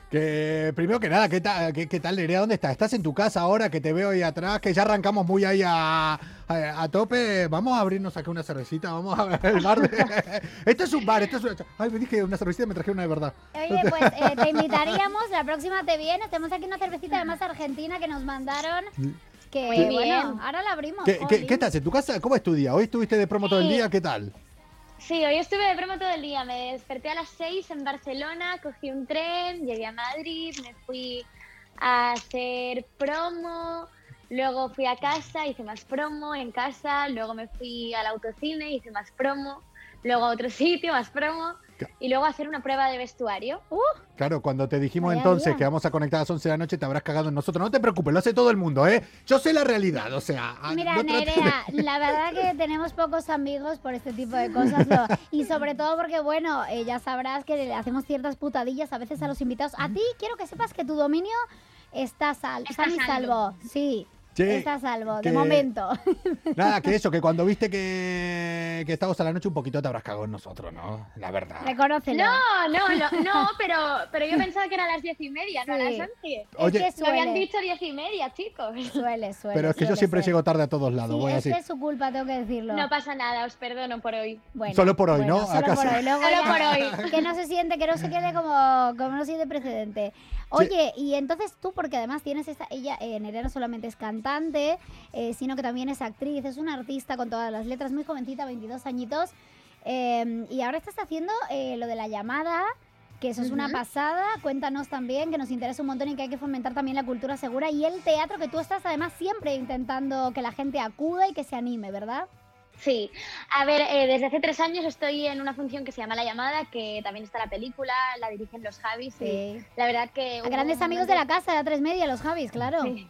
Speaker 2: Que primero que nada, ¿qué, ta- qué, qué tal, Nerea? ¿Dónde estás? ¿Estás en tu casa ahora que te veo ahí atrás? Que ya arrancamos muy ahí a, a- a tope. Vamos a abrirnos acá una cervecita, vamos a ver el bar. de- Esto es un bar, esto es una... Ay, me dije una cervecita y me traje una de verdad.
Speaker 3: Oye, pues eh, te invitaríamos, la próxima te vienes, tenemos aquí una cervecita además argentina que nos mandaron, que
Speaker 1: Muy
Speaker 3: bueno,
Speaker 1: bien.
Speaker 3: ahora la abrimos.
Speaker 2: ¿Qué, qué,
Speaker 3: jolín.
Speaker 2: qué estás en tu casa? ¿Cómo es tu día? ¿Hoy estuviste de promo todo el
Speaker 3: Eh.
Speaker 1: Sí.
Speaker 2: día? ¿Qué tal?
Speaker 1: Sí, hoy estuve de promo todo el día. Me desperté a las 6 en Barcelona, cogí un tren, llegué a Madrid, me fui a hacer promo, luego fui a casa, hice más promo en casa, luego me fui al autocine, hice más promo, luego a otro sitio, más promo,
Speaker 2: Claro.
Speaker 1: y luego a hacer una prueba de vestuario.
Speaker 3: Uh,
Speaker 1: ¡Uh!
Speaker 2: Claro, cuando te dijimos
Speaker 3: Vaya
Speaker 2: entonces
Speaker 3: día.
Speaker 2: que vamos a conectar a las 11 de la noche, te habrás cagado en nosotros. No te preocupes, lo hace todo el mundo, ¿eh? Yo sé la realidad, o sea... ah,
Speaker 3: Mira,
Speaker 2: no trates de-
Speaker 3: Nerea, la verdad que tenemos pocos amigos por este tipo de cosas. lo- y sobre todo porque, bueno, eh, ya sabrás que le hacemos ciertas putadillas a veces a los invitados. A ti quiero que sepas que tu dominio está sal,
Speaker 1: Está
Speaker 3: sano y
Speaker 1: salvo.
Speaker 3: salvo. Sí,
Speaker 2: Che,
Speaker 3: está a salvo,
Speaker 2: que-
Speaker 3: de momento.
Speaker 2: Nada, que eso, que cuando viste que, que estábamos a la noche un poquito te habrás cagado en nosotros, ¿no? La verdad.
Speaker 3: Reconócelo.
Speaker 1: No, no, no, no, pero, pero yo pensaba que era a las 10 y media, no a
Speaker 3: Sí.
Speaker 1: las 11.
Speaker 2: Oye,
Speaker 3: es que
Speaker 1: Lo habían
Speaker 3: suele,
Speaker 1: dicho 10 y media, chicos.
Speaker 3: suele, suele.
Speaker 2: Pero es que yo
Speaker 3: suele
Speaker 2: siempre
Speaker 3: ser.
Speaker 2: llego tarde a todos lados,
Speaker 3: Sí,
Speaker 2: voy a
Speaker 3: es
Speaker 2: decir.
Speaker 3: que es su culpa, tengo que decirlo.
Speaker 1: No pasa nada, os perdono por hoy.
Speaker 3: Bueno,
Speaker 2: Solo por hoy, ¿no?
Speaker 3: bueno, Solo
Speaker 2: ¿Acaso?
Speaker 3: por hoy. luego
Speaker 1: Solo
Speaker 3: ya-
Speaker 1: por
Speaker 3: Que no se siente, que no se quede como, como no sirve precedente. Oye, y entonces tú, porque además tienes esta, ella, eh, Nerea no solamente es cantante, eh, sino que también es actriz, es una artista con todas las letras, muy jovencita, 22 añitos, eh, y ahora estás haciendo eh, lo de la llamada, que eso es una
Speaker 1: Ujú.
Speaker 3: pasada, cuéntanos también, que nos interesa un montón y que hay que fomentar también la cultura segura y el teatro, que tú estás además siempre intentando que la gente acuda y que se anime, ¿verdad?
Speaker 1: Sí, a ver, eh, desde hace tres años estoy en una función que se llama La Llamada, que también está la película, la dirigen los Javis y la verdad que...
Speaker 3: A
Speaker 1: hubo
Speaker 3: grandes
Speaker 1: un
Speaker 3: amigos
Speaker 1: momento-
Speaker 3: de la casa, de A3 Media, los Javis, claro.
Speaker 1: Sí.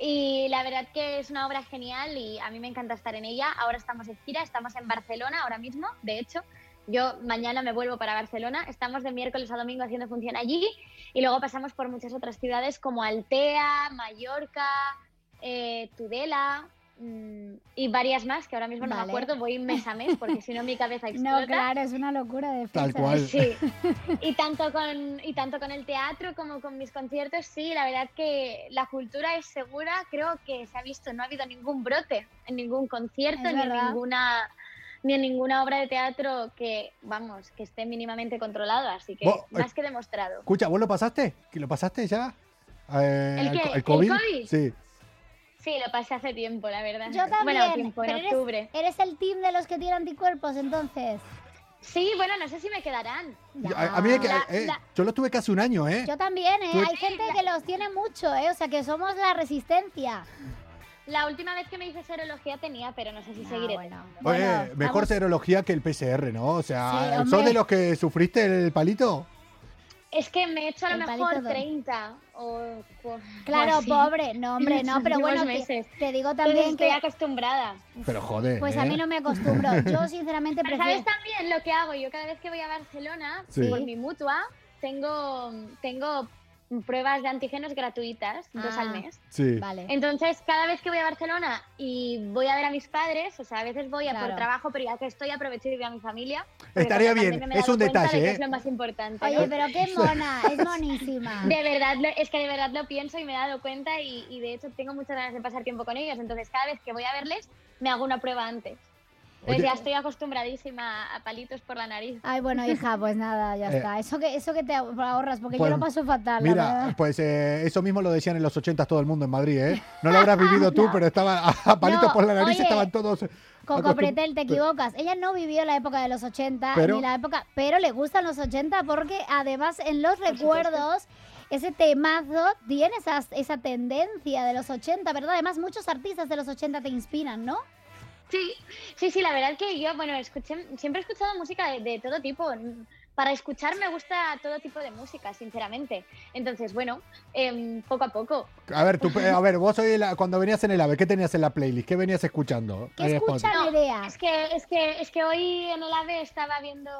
Speaker 1: Y la verdad que es una obra genial y a mí me encanta estar en ella. Ahora estamos en gira, estamos en Barcelona ahora mismo, de hecho. Yo mañana me vuelvo para Barcelona. Estamos de miércoles a domingo haciendo función allí y luego pasamos por muchas otras ciudades como Altea, Mallorca, eh, Tudela mm, y varias más que ahora mismo no
Speaker 3: Vale.
Speaker 1: me acuerdo. Voy mes a mes porque si no mi cabeza explota.
Speaker 3: No, claro, es una locura de
Speaker 2: Tal
Speaker 3: fecha.
Speaker 2: cual.
Speaker 1: Sí, y tanto, con, y tanto con el teatro como con mis conciertos, sí, la verdad que la cultura es segura, creo que se ha visto, no ha habido ningún brote en ningún concierto,
Speaker 3: Es
Speaker 1: ni en
Speaker 3: verdad.
Speaker 1: ninguna ni en ninguna obra de teatro que, vamos, que esté mínimamente controlada, así que
Speaker 2: Bo-
Speaker 1: más que demostrado.
Speaker 2: Escucha, ¿vos lo pasaste? ¿Que ¿Lo pasaste ya? Eh,
Speaker 1: ¿El qué?
Speaker 2: co-
Speaker 1: ¿El COVID?
Speaker 2: Sí.
Speaker 1: Sí, lo pasé hace tiempo, la verdad.
Speaker 3: Yo
Speaker 1: Bueno,
Speaker 3: también,
Speaker 1: tiempo,
Speaker 3: pero
Speaker 1: en
Speaker 3: eres-
Speaker 1: octubre.
Speaker 3: Eres el team de los que tienen anticuerpos, entonces.
Speaker 1: Sí, bueno, no sé si me quedarán.
Speaker 2: Yo- A, a mí es que,
Speaker 1: La-
Speaker 2: eh,
Speaker 1: la-
Speaker 2: yo lo tuve casi un año, ¿eh?
Speaker 3: Yo también, ¿eh?
Speaker 2: Tú-
Speaker 3: Hay gente que los tiene mucho, ¿eh? O sea, que somos la resistencia.
Speaker 1: La última vez que me hice serología tenía, pero no sé si seguiré.
Speaker 2: Oye,
Speaker 3: Ah, Bueno,
Speaker 2: mejor
Speaker 3: vamos-
Speaker 2: serología que el PCR, ¿no? O
Speaker 3: Sí,
Speaker 2: sea,
Speaker 3: hombre.
Speaker 2: ¿sos de los que sufriste el palito?
Speaker 1: Es que me he hecho a
Speaker 3: El
Speaker 1: lo
Speaker 3: palito
Speaker 1: mejor
Speaker 3: dom.
Speaker 1: 30 o... o
Speaker 3: Claro,
Speaker 1: así.
Speaker 3: pobre. No, hombre, no,
Speaker 1: Los
Speaker 3: pero bueno,
Speaker 1: últimos
Speaker 3: te,
Speaker 1: Pues meses.
Speaker 3: te digo
Speaker 1: Entonces
Speaker 3: también
Speaker 1: estoy
Speaker 3: que...
Speaker 1: acostumbrada.
Speaker 2: Pero joder.
Speaker 3: Pues a
Speaker 2: ¿eh?
Speaker 3: mí no me acostumbro. Yo, sinceramente,
Speaker 1: Pero
Speaker 3: prefiero...
Speaker 1: ¿Sabes también lo que hago? Yo cada vez que voy a Barcelona,
Speaker 2: Sí.
Speaker 1: por mi mutua, tengo, tengo pruebas de antígenos gratuitas, dos
Speaker 3: Ah.
Speaker 1: al mes.
Speaker 2: Sí.
Speaker 3: Vale.
Speaker 1: Entonces, cada vez que voy a Barcelona y voy a ver a mis padres, o sea, a veces voy a
Speaker 3: Claro.
Speaker 1: por trabajo, pero ya que estoy, aprovecho y voy a mi familia. porque
Speaker 2: Estaría
Speaker 1: con la
Speaker 2: bien,
Speaker 1: pandemia me he
Speaker 2: es
Speaker 1: dado
Speaker 2: un
Speaker 1: cuenta de
Speaker 2: detalle,
Speaker 1: que
Speaker 2: ¿eh?
Speaker 1: Es lo más importante. ¿no?
Speaker 3: Oye, pero qué mona, es monísima.
Speaker 1: De verdad, lo- es que de verdad lo pienso y me he dado cuenta y, y de hecho tengo muchas ganas de pasar tiempo con ellos. Entonces cada vez que voy a verles me hago una prueba antes. Entonces
Speaker 2: Oye.
Speaker 1: ya estoy acostumbradísima a palitos por la nariz.
Speaker 3: Ay, bueno, hija, pues nada, ya
Speaker 2: Eh.
Speaker 3: está. Eso que, eso que te ahorras, porque
Speaker 2: Pues,
Speaker 3: yo lo paso fatal, la
Speaker 2: Mira,
Speaker 3: verdad.
Speaker 2: pues eh, eso mismo lo decían en los 80 todo el mundo en Madrid, ¿eh? No lo habrás vivido tú, pero estaba a, a palitos
Speaker 3: No,
Speaker 2: por la nariz,
Speaker 3: oye,
Speaker 2: estaban todos. eh,
Speaker 3: Coco
Speaker 2: acostum-
Speaker 3: Pretel, te equivocas. Ella no vivió la época de los 80,
Speaker 2: Pero-
Speaker 3: ni la época, pero le gustan los 80 porque además en los recuerdos ese temazo tiene esas- esa tendencia de los 80, ¿verdad? Además muchos artistas de los 80 te inspiran, ¿no?
Speaker 1: Sí, sí, sí, la verdad que yo, bueno, escuché, siempre he escuchado música de, de todo tipo. Para escuchar me gusta todo tipo de música, sinceramente. Entonces, bueno, em, poco a poco.
Speaker 2: A ver, tú, eh, a ver, vos hoy en la- cuando venías en el AVE, ¿qué tenías en la playlist? ¿Qué venías escuchando?
Speaker 3: ¿Qué
Speaker 2: Ahí en
Speaker 3: escucha
Speaker 2: Spotify.
Speaker 1: No,
Speaker 3: Nerea?
Speaker 1: Es que, es, que, es que hoy en el AVE estaba viendo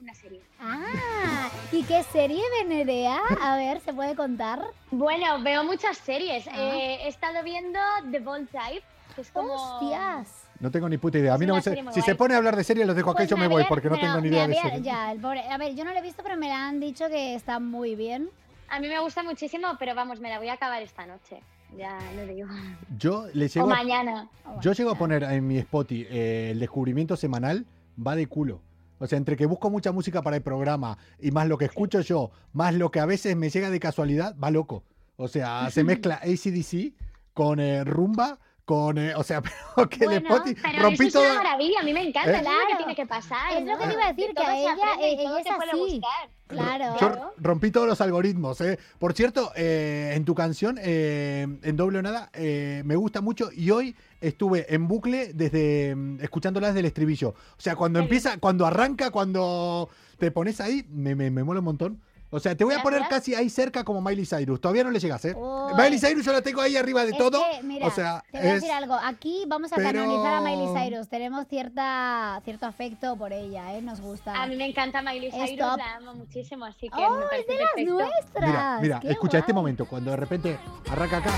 Speaker 1: una serie.
Speaker 3: Ah, ¿y qué serie de Nerea? A ver, ¿se puede contar?
Speaker 1: Bueno, veo muchas series.
Speaker 3: Ah.
Speaker 1: Eh, he estado viendo The Bold Type, que es como...
Speaker 3: ¡Hostias!
Speaker 2: No tengo ni puta idea. A mí
Speaker 1: Es
Speaker 2: no
Speaker 1: una
Speaker 2: me sé.
Speaker 1: serie muy
Speaker 2: Si se
Speaker 1: guay.
Speaker 2: pone a hablar de serie, los dejo acá
Speaker 3: Pues
Speaker 2: y yo
Speaker 3: me
Speaker 2: me voy
Speaker 3: habían-
Speaker 2: porque no
Speaker 3: pero
Speaker 2: tengo ni
Speaker 3: me
Speaker 2: idea de
Speaker 3: habían-
Speaker 2: serie.
Speaker 3: Ya, el pobre. A ver, yo no la he visto, pero me la han dicho que está muy bien.
Speaker 1: A mí me gusta muchísimo, pero vamos, me la voy a acabar esta noche. Ya lo digo.
Speaker 2: Yo le
Speaker 1: o
Speaker 2: llego, a-
Speaker 1: mañana.
Speaker 2: yo llego a poner en mi Spotify eh, el descubrimiento semanal, va de culo. O sea, entre que busco mucha música para el programa y más lo que escucho yo, más lo que a veces me llega de casualidad, va loco. O sea, se mezcla ACDC con eh, rumba, con. eh, o sea, pero que el
Speaker 1: Bueno,
Speaker 2: Spotify.
Speaker 1: pero
Speaker 2: rompí
Speaker 1: eso es
Speaker 2: toda-
Speaker 1: una maravilla, a mí me encanta,
Speaker 2: ¿Eh?
Speaker 1: eso es lo
Speaker 3: Claro.
Speaker 1: que tiene que pasar.
Speaker 3: Es lo
Speaker 1: ¿no?
Speaker 3: que te iba a decir, que
Speaker 1: De todo
Speaker 3: a
Speaker 1: se
Speaker 3: ella,
Speaker 1: aprende y
Speaker 3: eh,
Speaker 1: todo
Speaker 3: ella
Speaker 1: te
Speaker 3: es
Speaker 1: puede
Speaker 3: así.
Speaker 1: gustar.
Speaker 3: Claro.
Speaker 2: Yo rompí todos los algoritmos. ¿eh? Por cierto, eh, en tu canción, eh, en doble o nada, eh, me gusta mucho y hoy estuve en bucle desde mm, escuchándola desde el estribillo. O sea, cuando
Speaker 1: Qué
Speaker 2: empieza, cuando arranca, cuando te pones ahí, me, me, me mola un montón. O sea, te voy a poner
Speaker 1: Gracias.
Speaker 2: casi ahí cerca como Miley Cyrus. Todavía no le llegas, ¿eh?
Speaker 3: Uy.
Speaker 2: Miley Cyrus yo la tengo ahí arriba de
Speaker 3: Oh. Es
Speaker 2: todo.
Speaker 3: que, mira,
Speaker 2: o sea,
Speaker 3: te voy
Speaker 2: es-
Speaker 3: a decir algo. Aquí vamos a
Speaker 2: pero-
Speaker 3: canonizar a Miley Cyrus. Tenemos cierta, cierto afecto por ella, ¿eh? Nos gusta.
Speaker 1: A mí me encanta Miley
Speaker 3: Es
Speaker 1: Cyrus,
Speaker 3: top.
Speaker 1: la amo muchísimo, así que
Speaker 3: ¡Oh,
Speaker 1: me
Speaker 3: es
Speaker 1: parece
Speaker 3: de las
Speaker 1: perfecto.
Speaker 3: nuestras!
Speaker 2: Mira, mira,
Speaker 3: ¡Qué
Speaker 2: escucha este
Speaker 3: guay!
Speaker 2: momento, cuando de repente arranca acá.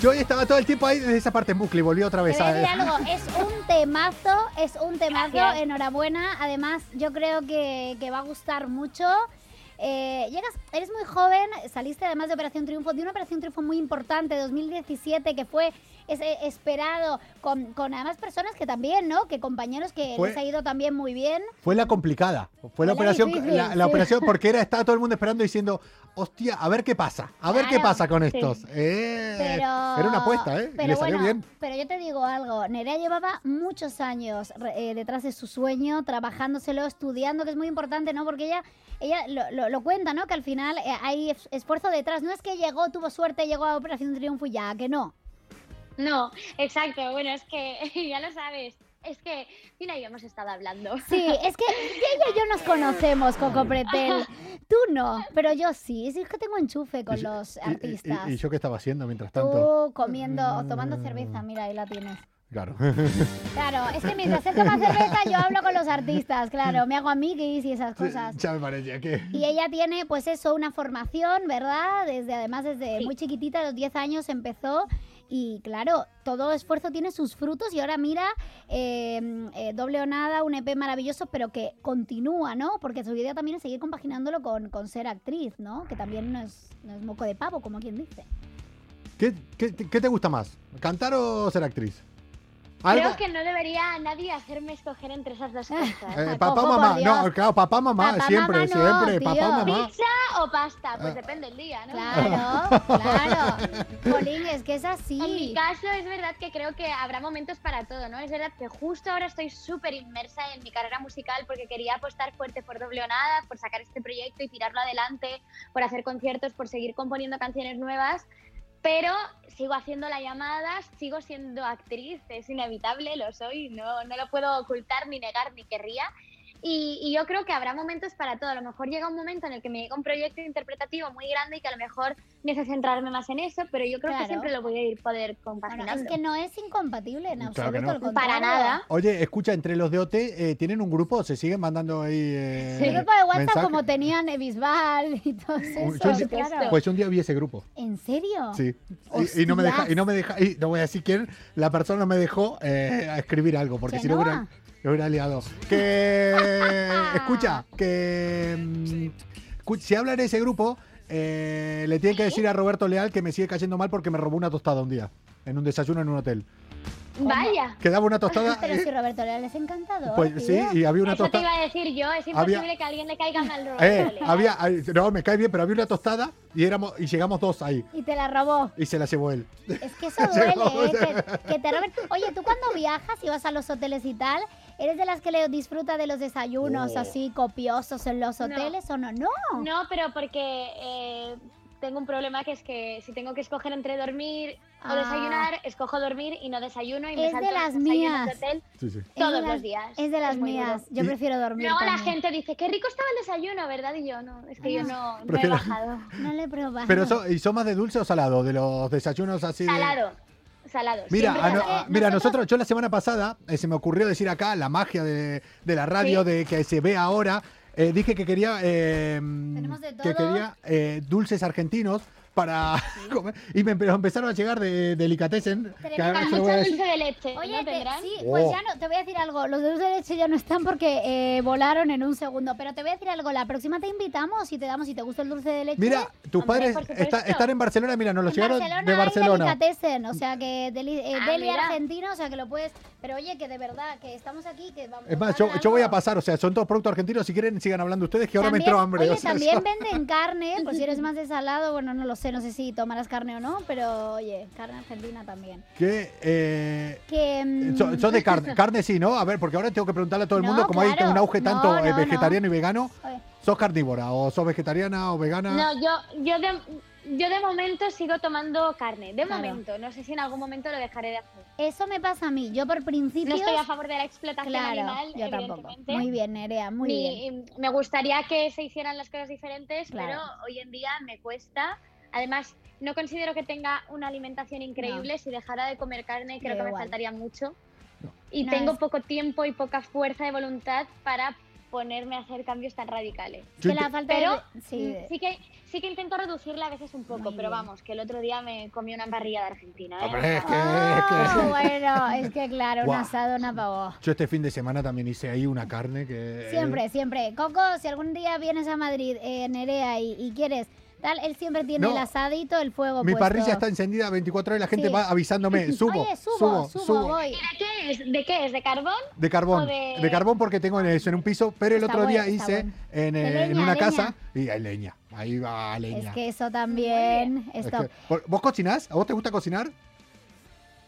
Speaker 2: Yo hoy estaba todo el tiempo ahí desde esa parte en bucle y volví otra
Speaker 3: Te
Speaker 2: vez
Speaker 3: voy a
Speaker 2: a...
Speaker 3: decir algo, es un temazo, es un temazo,
Speaker 1: Gracias.
Speaker 3: enhorabuena. Además, yo creo que, que va a gustar mucho. eh, llegas, eres muy joven, saliste además de Operación Triunfo, de una Operación Triunfo muy importante, 2017, que fue ese esperado, con, con además personas que también, ¿no? Que compañeros que
Speaker 2: Fue-
Speaker 3: les ha ido también muy bien.
Speaker 2: Fue la complicada. Fue la
Speaker 3: Fue la
Speaker 2: operación,
Speaker 3: difícil,
Speaker 2: la, la
Speaker 3: sí.
Speaker 2: operación, porque era, estaba todo el mundo esperando diciendo, hostia, a ver qué pasa, a ver qué
Speaker 1: Claro,
Speaker 2: pasa con
Speaker 1: sí.
Speaker 2: estos. Eh,
Speaker 3: Pero,
Speaker 2: era una apuesta, ¿eh? Y
Speaker 3: Pero
Speaker 2: le salió
Speaker 3: bueno,
Speaker 2: bien.
Speaker 3: Pero yo te digo algo, Nerea llevaba muchos años re- eh, detrás de su sueño, trabajándoselo, estudiando, que es muy importante, ¿no? Porque ella, ella lo, lo- lo cuenta, ¿no? Que al final eh, hay es- esfuerzo detrás. No es que llegó, tuvo suerte, llegó a Operación Triunfo y ya, que no.
Speaker 1: No, exacto. Bueno, es que ya lo sabes. Es que Tina y yo hemos estado hablando.
Speaker 3: Sí, es que ella y yo nos conocemos, Coco Pretel. Tú no, pero yo sí. Es que tengo enchufe con
Speaker 2: Y yo-
Speaker 3: los
Speaker 2: y- y-
Speaker 3: artistas.
Speaker 2: Y, y yo qué estaba haciendo mientras tanto?
Speaker 3: Tú comiendo o tomando
Speaker 2: Mm.
Speaker 3: cerveza, mira, ahí la tienes.
Speaker 2: Claro.
Speaker 3: Claro, es que mientras él toma cerveza yo hablo con los artistas, claro, me hago amiguis y esas cosas.
Speaker 2: ya me parecía que...
Speaker 3: Y ella tiene, pues eso, una formación, ¿verdad? Desde, además, desde
Speaker 1: Sí.
Speaker 3: muy chiquitita, a los 10 años empezó. Y claro, todo esfuerzo tiene sus frutos y ahora mira, eh, eh, doble o nada, un EP maravilloso, pero que continúa, ¿no? Porque su idea también es seguir compaginándolo con, con ser actriz, ¿no? Que también no es, no es moco de pavo, como quien dice.
Speaker 2: ¿Qué, qué, qué te gusta más? ¿Cantar o ser actriz? ¿Algo?
Speaker 1: Creo que no debería nadie hacerme escoger entre esas dos cosas.
Speaker 2: Eh,
Speaker 3: Coco,
Speaker 2: papá,
Speaker 3: por
Speaker 2: mamá. No,
Speaker 3: Dios.
Speaker 2: claro, papá, mamá.
Speaker 3: Papá,
Speaker 2: siempre,
Speaker 3: mamá no,
Speaker 2: siempre.
Speaker 3: tío.
Speaker 2: Papá, mamá.
Speaker 1: ¿Pizza o pasta?
Speaker 2: Ah.
Speaker 1: Pues depende del día, ¿no?
Speaker 3: Claro, claro. Jolín, es que es así.
Speaker 1: En mi caso es verdad que creo que habrá momentos para todo, ¿no? Es verdad que justo ahora estoy súper inmersa en mi carrera musical porque quería apostar fuerte por doble o nada, por sacar este proyecto y tirarlo adelante, por hacer conciertos, por seguir componiendo canciones nuevas, pero sigo haciendo la llamada, sigo siendo actriz, es inevitable, lo soy, no, no lo puedo ocultar ni negar ni querría. Y, y yo creo que habrá momentos para todo. A lo mejor llega un momento en el que me llega un proyecto interpretativo muy grande y que a lo mejor me hace centrarme más en eso, pero yo creo
Speaker 3: Claro.
Speaker 1: que siempre lo voy a ir poder
Speaker 3: Bueno,
Speaker 1: compaginando.
Speaker 3: es que no es incompatible en
Speaker 2: Claro que
Speaker 3: absoluto,
Speaker 2: no.
Speaker 3: al
Speaker 1: Para
Speaker 3: contrario.
Speaker 1: nada.
Speaker 2: Oye, escucha, entre los de OT eh, tienen un grupo, se siguen mandando ahí. eh,
Speaker 3: El grupo de WhatsApp
Speaker 2: mensajes?
Speaker 3: como tenían Bisbal y todos esos,
Speaker 2: yo sí-
Speaker 3: claro.
Speaker 2: Pues un día vi ese grupo.
Speaker 3: ¿En serio?
Speaker 2: Sí. Y, y no me deja,
Speaker 3: Hostias.
Speaker 2: y no me deja, y no voy a decir quién, la persona no me dejó eh, a escribir algo, porque si no hubiera,
Speaker 3: Chenoa.
Speaker 2: lo hubiera liado. Que escucha, que mm, escu- si hablan de ese grupo, eh, le tienen que decir a Roberto Leal que me sigue cayendo mal porque me robó una tostada un día, en un desayuno en un hotel.
Speaker 1: Vaya.
Speaker 2: Que daba una tostada.
Speaker 3: Pero
Speaker 2: eh,
Speaker 3: si Roberto Leal es encantador.
Speaker 2: pues sí,
Speaker 3: tío.
Speaker 2: y había una
Speaker 1: Eso te
Speaker 2: tostada.
Speaker 1: iba a decir yo, es
Speaker 2: Había-
Speaker 1: imposible que a alguien le caiga mal Roberto
Speaker 2: Eh,
Speaker 1: Leal.
Speaker 2: había, ay, no, me cae bien, pero había una tostada y éramos, y llegamos dos ahí.
Speaker 3: Y te la robó.
Speaker 2: Y se la llevó él.
Speaker 3: Es que eso duele,
Speaker 2: Llegó.
Speaker 3: ¿eh? que, que te roben. Oye, tú cuando viajas y vas a los hoteles y tal, ¿eres de las que le disfruta de los desayunos
Speaker 2: Oh.
Speaker 3: así copiosos en los
Speaker 1: No.
Speaker 3: hoteles o no? No.
Speaker 1: No, pero porque eh, tengo un problema que es que si tengo que escoger entre dormir
Speaker 3: Ah.
Speaker 1: o desayunar, escojo dormir y no desayuno y me
Speaker 3: Es
Speaker 1: salto
Speaker 3: de
Speaker 1: los
Speaker 3: las
Speaker 1: desayunos de
Speaker 3: mías.
Speaker 1: hotel
Speaker 2: Sí, sí.
Speaker 3: Es de
Speaker 1: todos
Speaker 3: las-
Speaker 1: los días.
Speaker 3: Es de las
Speaker 1: muy duro.
Speaker 3: mías. Yo
Speaker 2: Y-
Speaker 3: prefiero dormir.
Speaker 1: Luego la
Speaker 3: también.
Speaker 1: gente dice, qué rico estaba el desayuno, ¿verdad? Y yo no, es que yo no, no he
Speaker 2: Prefiero-
Speaker 1: bajado.
Speaker 3: No le he probado.
Speaker 2: Pero so- ¿y son más de dulce o salado? De los desayunos así. de-
Speaker 1: Salado, salado.
Speaker 2: Mira,
Speaker 1: siempre
Speaker 2: a no-
Speaker 1: salado.
Speaker 2: a- mira, nosotros, yo la semana pasada eh, se me ocurrió decir acá la magia de, de la radio
Speaker 1: Sí.
Speaker 2: de que se ve ahora. eh, dije que quería eh,
Speaker 3: Tenemos de
Speaker 2: que
Speaker 3: todo.
Speaker 2: quería eh, dulces argentinos para comer y me pero empezaron a llegar de delicatessen. que ahora
Speaker 1: Con
Speaker 2: se lo voy
Speaker 1: mucho
Speaker 2: a decir.
Speaker 1: dulce de leche,
Speaker 3: Oye,
Speaker 1: ¿no
Speaker 3: te-
Speaker 1: tendrán?
Speaker 3: sí, pues
Speaker 2: Oh.
Speaker 3: ya no, te voy a decir algo. Los de dulce de leche ya no están porque eh, volaron en un segundo. Pero te voy a decir algo. La próxima te invitamos y te damos, si te gusta el dulce de leche.
Speaker 2: Mira, tus
Speaker 1: Hombre,
Speaker 2: padres
Speaker 1: por
Speaker 2: está-
Speaker 1: supuesto.
Speaker 2: están en Barcelona, mira, nos
Speaker 3: en
Speaker 2: los llegaron
Speaker 3: Barcelona
Speaker 2: de
Speaker 3: hay
Speaker 2: Barcelona.
Speaker 3: delicatessen, o sea que deli, eh,
Speaker 1: Ah,
Speaker 3: deli
Speaker 1: mira.
Speaker 3: argentino, o sea que lo puedes. Pero oye, que de verdad, que estamos aquí, que vamos.
Speaker 2: Es más,
Speaker 3: nos
Speaker 2: yo,
Speaker 3: dan
Speaker 2: yo voy a
Speaker 3: algo.
Speaker 2: pasar, o sea, son todos productos argentinos, si quieren sigan hablando ustedes, que ahora me entró hambre.
Speaker 3: Oye,
Speaker 2: o sea,
Speaker 3: también
Speaker 2: yo-
Speaker 3: venden carne, por si eres más de salado, bueno, no lo sé, no sé si tomarás carne o no, pero oye, carne argentina también.
Speaker 2: que, eh,
Speaker 3: Que, mm,
Speaker 2: So- Sos de carne, carne sí, ¿no? A ver, porque ahora tengo que preguntarle a todo el
Speaker 3: No,
Speaker 2: mundo, como hay
Speaker 3: claro.
Speaker 2: un auge
Speaker 3: No,
Speaker 2: tanto eh,
Speaker 3: no, no.
Speaker 2: vegetariano y vegano,
Speaker 3: oye,
Speaker 2: ¿sos carnívora o sos vegetariana o vegana?
Speaker 1: No, yo, yo, de, yo de momento sigo tomando carne, de
Speaker 3: Claro.
Speaker 1: momento. No sé si en algún momento lo dejaré de hacer.
Speaker 3: Eso me pasa a mí, yo por
Speaker 1: No
Speaker 3: principio.
Speaker 1: estoy a favor de la explotación
Speaker 3: Claro,
Speaker 1: animal,
Speaker 3: yo tampoco.
Speaker 1: evidentemente.
Speaker 3: Muy bien, Nerea, muy
Speaker 1: Ni-
Speaker 3: bien.
Speaker 1: Me gustaría que se hicieran las cosas diferentes,
Speaker 3: Claro.
Speaker 1: pero hoy en día me cuesta. Además, no considero que tenga una alimentación increíble. Si dejara de comer carne, creo
Speaker 3: Yo
Speaker 1: que me
Speaker 3: igual.
Speaker 1: faltaría mucho. Y
Speaker 3: No,
Speaker 1: tengo
Speaker 3: es-
Speaker 1: poco tiempo y poca fuerza de voluntad para ponerme a hacer cambios tan radicales.
Speaker 2: Yo
Speaker 3: que la
Speaker 2: enti-
Speaker 3: falta
Speaker 1: Pero,
Speaker 3: de... Sí,
Speaker 1: Mm,
Speaker 3: de-
Speaker 1: sí que sí que intento reducirla a veces un poco,
Speaker 3: Muy
Speaker 1: pero
Speaker 3: bien.
Speaker 1: vamos, que el otro día me comí una parrilla de Argentina. ¿eh?
Speaker 2: Hombre, es que-
Speaker 3: Ah,
Speaker 2: es que-
Speaker 3: bueno, es que claro, un
Speaker 2: Guau.
Speaker 3: asado, una pavó.
Speaker 2: Yo este fin de semana también hice ahí una carne que... eh,
Speaker 3: Siempre, siempre. Coco, si algún día vienes a Madrid, eh, Nerea, y, y quieres, tal, él siempre tiene
Speaker 2: No.
Speaker 3: el asadito, el fuego
Speaker 2: Mi
Speaker 3: puesto.
Speaker 2: parrilla está encendida 24 horas y la gente
Speaker 3: Sí.
Speaker 2: va avisándome, subo,
Speaker 3: Oye, subo,
Speaker 2: subo,
Speaker 3: subo,
Speaker 2: subo.
Speaker 3: voy.
Speaker 1: ¿De qué es? ¿De qué es? ¿De carbón?
Speaker 2: De carbón,
Speaker 1: O de-
Speaker 2: de carbón porque tengo en eso en un piso, pero el
Speaker 3: Está
Speaker 2: otro día
Speaker 3: bueno, está
Speaker 2: hice
Speaker 3: bueno.
Speaker 2: en,
Speaker 3: De
Speaker 2: eh, en
Speaker 3: leña,
Speaker 2: una
Speaker 3: leña.
Speaker 2: casa y hay leña, ahí va leña.
Speaker 3: Es que eso también.
Speaker 2: Es
Speaker 3: Stop.
Speaker 2: que- ¿Por- ¿Vos cocinás? ¿A vos te gusta cocinar?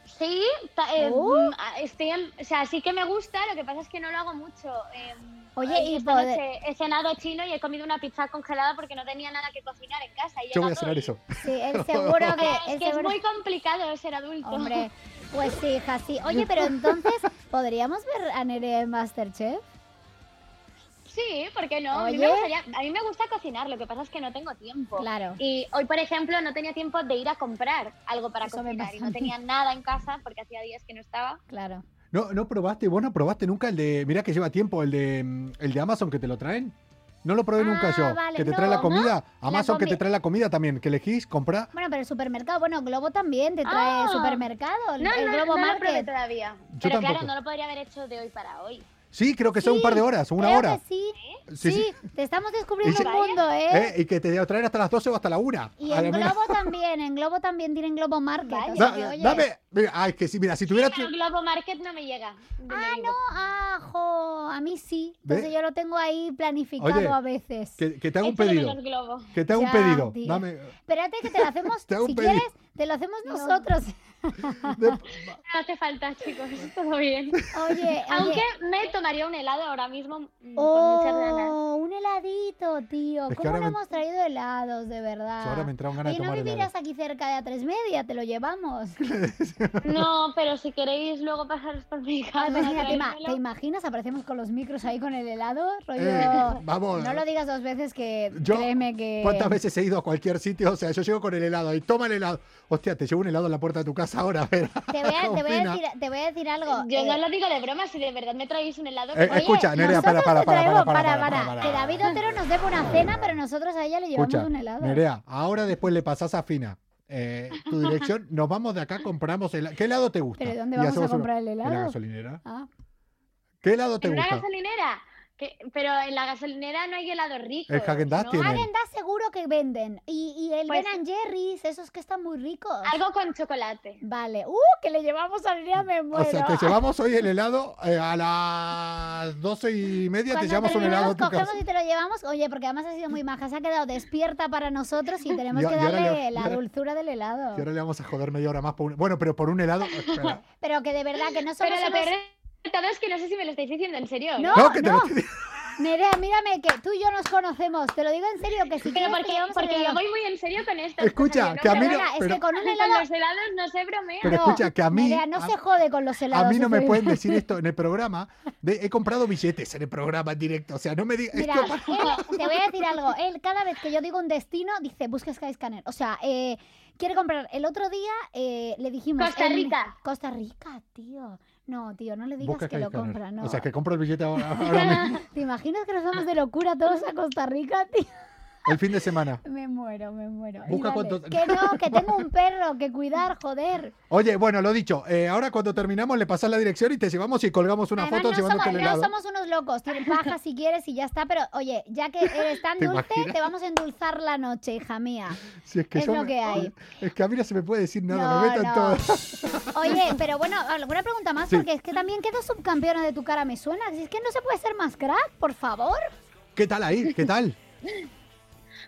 Speaker 1: Sí, ta- eh,
Speaker 3: Uh.
Speaker 1: mm, ah, estoy en- o sea, sí que me gusta, lo que pasa es que no lo hago mucho. eh,
Speaker 3: Oye,
Speaker 1: hoy
Speaker 3: y
Speaker 1: esta
Speaker 3: poder-
Speaker 1: noche he cenado chino y he comido una pizza congelada porque no tenía nada que cocinar en casa. y
Speaker 2: Yo voy a
Speaker 1: llegado
Speaker 2: cenar
Speaker 1: y-
Speaker 2: eso.
Speaker 3: Sí, él seguro que.
Speaker 1: Ah, Es
Speaker 3: él
Speaker 1: que es
Speaker 3: seguro-
Speaker 1: muy complicado ser adulto.
Speaker 3: Hombre, pues sí, hija, sí. Oye, pero entonces, ¿podríamos ver a Nerea en Masterchef?
Speaker 1: Sí, ¿por qué no? A mí,
Speaker 3: Oye.
Speaker 1: me gustaría- a mí me gusta cocinar, lo que pasa es que no tengo tiempo.
Speaker 3: Claro.
Speaker 1: Y hoy, por ejemplo, no tenía tiempo de ir a comprar algo para
Speaker 3: Eso me
Speaker 1: cocinar
Speaker 3: pasa
Speaker 1: y
Speaker 3: a
Speaker 1: no
Speaker 3: mí.
Speaker 1: tenía nada en casa porque hacía días que no estaba.
Speaker 3: Claro.
Speaker 2: No, no probaste, vos no probaste nunca el de, mirá que lleva tiempo el de mm, el de Amazon que te lo traen. No lo probé
Speaker 3: Ah,
Speaker 2: nunca yo,
Speaker 3: vale,
Speaker 2: que te
Speaker 3: no,
Speaker 2: trae la
Speaker 3: ¿no?
Speaker 2: comida, Amazon que te
Speaker 3: comida.
Speaker 2: trae la comida también, que elegís, comprá.
Speaker 3: Bueno, pero el supermercado, bueno, Globo también te trae
Speaker 1: Ah.
Speaker 3: supermercado, el,
Speaker 1: No,
Speaker 3: el
Speaker 1: no,
Speaker 3: Globo
Speaker 1: no lo probé
Speaker 3: Market.
Speaker 1: todavía.
Speaker 2: Yo
Speaker 1: Pero
Speaker 2: tampoco.
Speaker 1: claro, no lo podría haber hecho de hoy para hoy.
Speaker 2: Sí, creo que son un
Speaker 3: Sí,
Speaker 2: par de horas, una
Speaker 3: Creo
Speaker 2: hora.
Speaker 3: que sí,
Speaker 2: Sí,
Speaker 3: sí,
Speaker 2: sí.
Speaker 3: te estamos descubriendo
Speaker 2: Y se-
Speaker 3: el mundo, ¿eh?
Speaker 2: Eh, y que te lo traen hasta las 12 o hasta la 1.
Speaker 3: Y en Globo también, en Globo también tienen Globo Market.
Speaker 1: Vaya.
Speaker 3: o sea que,
Speaker 2: Da-
Speaker 3: oye,
Speaker 2: dame, mira, ah, es que sí, mira, si tuviera tu-
Speaker 1: Pero Globo Market no me llega.
Speaker 3: Ah, no, ajo, a mí sí.
Speaker 2: Ve.
Speaker 3: Entonces yo lo tengo ahí planificado
Speaker 2: Oye,
Speaker 3: a veces.
Speaker 2: que, que te haga un
Speaker 1: Echo de
Speaker 2: pedido,
Speaker 1: menos Globo.
Speaker 2: que te haga un
Speaker 3: Ya,
Speaker 2: pedido.
Speaker 3: tío.
Speaker 2: Dame,
Speaker 3: Espérate que te lo hacemos,
Speaker 2: Te hago un
Speaker 3: si
Speaker 2: pedido.
Speaker 3: quieres, te lo hacemos nosotros.
Speaker 2: de-
Speaker 1: No hace falta, chicos, todo bien.
Speaker 3: Oye,
Speaker 1: Aunque
Speaker 3: oye.
Speaker 1: me tomaría un helado ahora mismo mm, con muchas ganas.
Speaker 3: Oh, un heladito, tío.
Speaker 2: Es que
Speaker 3: ¿Cómo
Speaker 2: ahora
Speaker 3: no
Speaker 2: me-
Speaker 3: hemos traído helados, de verdad?
Speaker 2: ahora me entraron ganas de
Speaker 3: Oye, no
Speaker 2: tomar
Speaker 3: vivirás aquí cerca de a tres media, te lo llevamos.
Speaker 1: No, pero si queréis luego pasaros por mi casa.
Speaker 3: Ay, pues mira, te, ima-
Speaker 1: traérmelo.
Speaker 3: te imaginas? Aparecemos con los micros ahí con el helado, rollo.
Speaker 2: Eh, vamos.
Speaker 3: No lo digas dos veces que
Speaker 2: Yo,
Speaker 3: créeme que.
Speaker 2: ¿Cuántas veces he ido a cualquier sitio? O sea, yo llego con el helado y toma el helado. Hostia, te llevo un helado a la puerta de tu casa ahora. a ver.
Speaker 3: Te voy, a, te, voy a
Speaker 2: Confina.
Speaker 3: decir, te voy a decir algo.
Speaker 1: Yo
Speaker 3: eh,
Speaker 1: no lo digo de broma, si de verdad me traéis un helado.
Speaker 2: Eh,
Speaker 1: oye,
Speaker 2: escucha, Nerea, para, para, para,
Speaker 3: nosotros le
Speaker 2: para,
Speaker 3: traemos-
Speaker 2: para, para, para,
Speaker 3: Que
Speaker 2: para.
Speaker 3: David Otero nos debe una cena, pero nosotros a ella le llevamos
Speaker 2: Escucha,
Speaker 3: un helado.
Speaker 2: Nerea, ahora después le pasás a Fina eh, tu dirección. Nos vamos de acá, compramos helado. ¿Qué helado te gusta?
Speaker 3: ¿Pero de dónde
Speaker 2: Y
Speaker 3: vamos a
Speaker 2: hacemos una-
Speaker 3: comprar el
Speaker 2: ¿En la
Speaker 3: helado?
Speaker 2: gasolinera?
Speaker 3: Ah,
Speaker 2: ¿Qué helado te
Speaker 1: ¿En una
Speaker 2: gusta?
Speaker 1: gasolinera? Que- pero en la gasolinera no hay helado rico.
Speaker 2: El Häagen-Dazs
Speaker 1: ¿no?
Speaker 2: tiene.
Speaker 3: Häagen-Dazs seguro que venden. Y, y el
Speaker 1: Pues-
Speaker 3: Ben and Jerry's, esos que están muy ricos.
Speaker 1: Algo con chocolate.
Speaker 3: Vale. ¡Uh! Que le llevamos a Nerea, me
Speaker 2: O
Speaker 3: muero.
Speaker 2: sea, te llevamos hoy el helado eh, a las doce y media, te
Speaker 3: Cuando
Speaker 2: llevamos un helado a
Speaker 3: terminemos,
Speaker 2: tu
Speaker 3: cogemos
Speaker 2: casa.
Speaker 3: y te lo llevamos. Oye, porque además ha sido muy maja. Se ha quedado despierta para nosotros y tenemos
Speaker 2: Y a-
Speaker 3: que
Speaker 2: y ahora le-
Speaker 3: darle
Speaker 2: y
Speaker 3: la
Speaker 2: ahora-
Speaker 3: dulzura del helado.
Speaker 2: Y ahora le vamos a joder media hora más por un... Bueno, pero por un helado... espera.
Speaker 3: Pero que de verdad que no somos
Speaker 1: Pero lo
Speaker 3: unos-
Speaker 1: peor de todo es que no sé si me lo estáis diciendo en serio.
Speaker 3: No,
Speaker 2: No, que te lo
Speaker 3: no.
Speaker 2: estoy-
Speaker 3: Nerea, mírame que tú y yo nos conocemos. Te lo digo en serio, que si
Speaker 1: Pero
Speaker 3: quieres te
Speaker 1: porque,
Speaker 3: llevamos el
Speaker 1: porque yo
Speaker 3: helado.
Speaker 1: voy muy en serio con esto.
Speaker 2: Escucha,
Speaker 1: o sea,
Speaker 2: que a mí
Speaker 3: Perdona,
Speaker 2: no-
Speaker 3: es
Speaker 2: pero-
Speaker 3: que con un
Speaker 1: con
Speaker 3: helado...
Speaker 1: los helados no se bromea.
Speaker 2: Pero escucha, que a mí-
Speaker 3: Nerea, no
Speaker 2: a-
Speaker 3: se jode con los helados.
Speaker 2: A mí no
Speaker 3: eso
Speaker 2: me
Speaker 3: digo.
Speaker 2: pueden decir esto en el programa. de- he comprado billetes en el programa en directo. O sea, no me digas.
Speaker 3: Mira, él- te voy a decir algo. Él, cada vez que yo digo un destino, dice, busca Skyscanner. O sea, eh, quiere comprar. El otro día eh, le dijimos...
Speaker 1: Costa
Speaker 3: en-
Speaker 1: Rica.
Speaker 3: Costa Rica, tío. No, tío, no le digas que lo compra, no.
Speaker 2: O sea, que compro el billete ahora, ahora mismo,
Speaker 3: ¿Te imaginas que nos vamos
Speaker 1: Ah.
Speaker 3: de locura todos a Costa Rica, tío?
Speaker 2: el fin de semana.
Speaker 3: Me muero, me muero. Y
Speaker 2: Busca
Speaker 3: vale,
Speaker 2: cuánto-
Speaker 3: Que no, que tengo un perro que cuidar, joder.
Speaker 2: Oye, bueno, lo dicho. eh, ahora cuando terminamos le pasas la dirección y te llevamos y colgamos una
Speaker 3: Además,
Speaker 2: foto
Speaker 3: no
Speaker 2: llevándote
Speaker 3: somos,
Speaker 2: el
Speaker 3: no
Speaker 2: helado.
Speaker 3: somos unos locos. Tienen paja si quieres y ya está. Pero oye, ya que eres tan
Speaker 2: ¿Te
Speaker 3: dulce,
Speaker 2: imaginas?
Speaker 3: te vamos a endulzar la noche, hija mía.
Speaker 2: Si es que
Speaker 3: es
Speaker 2: yo
Speaker 3: lo
Speaker 2: me-
Speaker 3: que hay.
Speaker 2: Es que a mí no se me puede decir nada. me meto en todo.
Speaker 3: Oye, pero bueno, alguna pregunta más,
Speaker 2: Sí.
Speaker 3: porque es que también quedó subcampeona de tu cara, me suena. Si es que no se puede ser más crack, por favor.
Speaker 2: ¿Qué tal ahí? ¿Qué tal?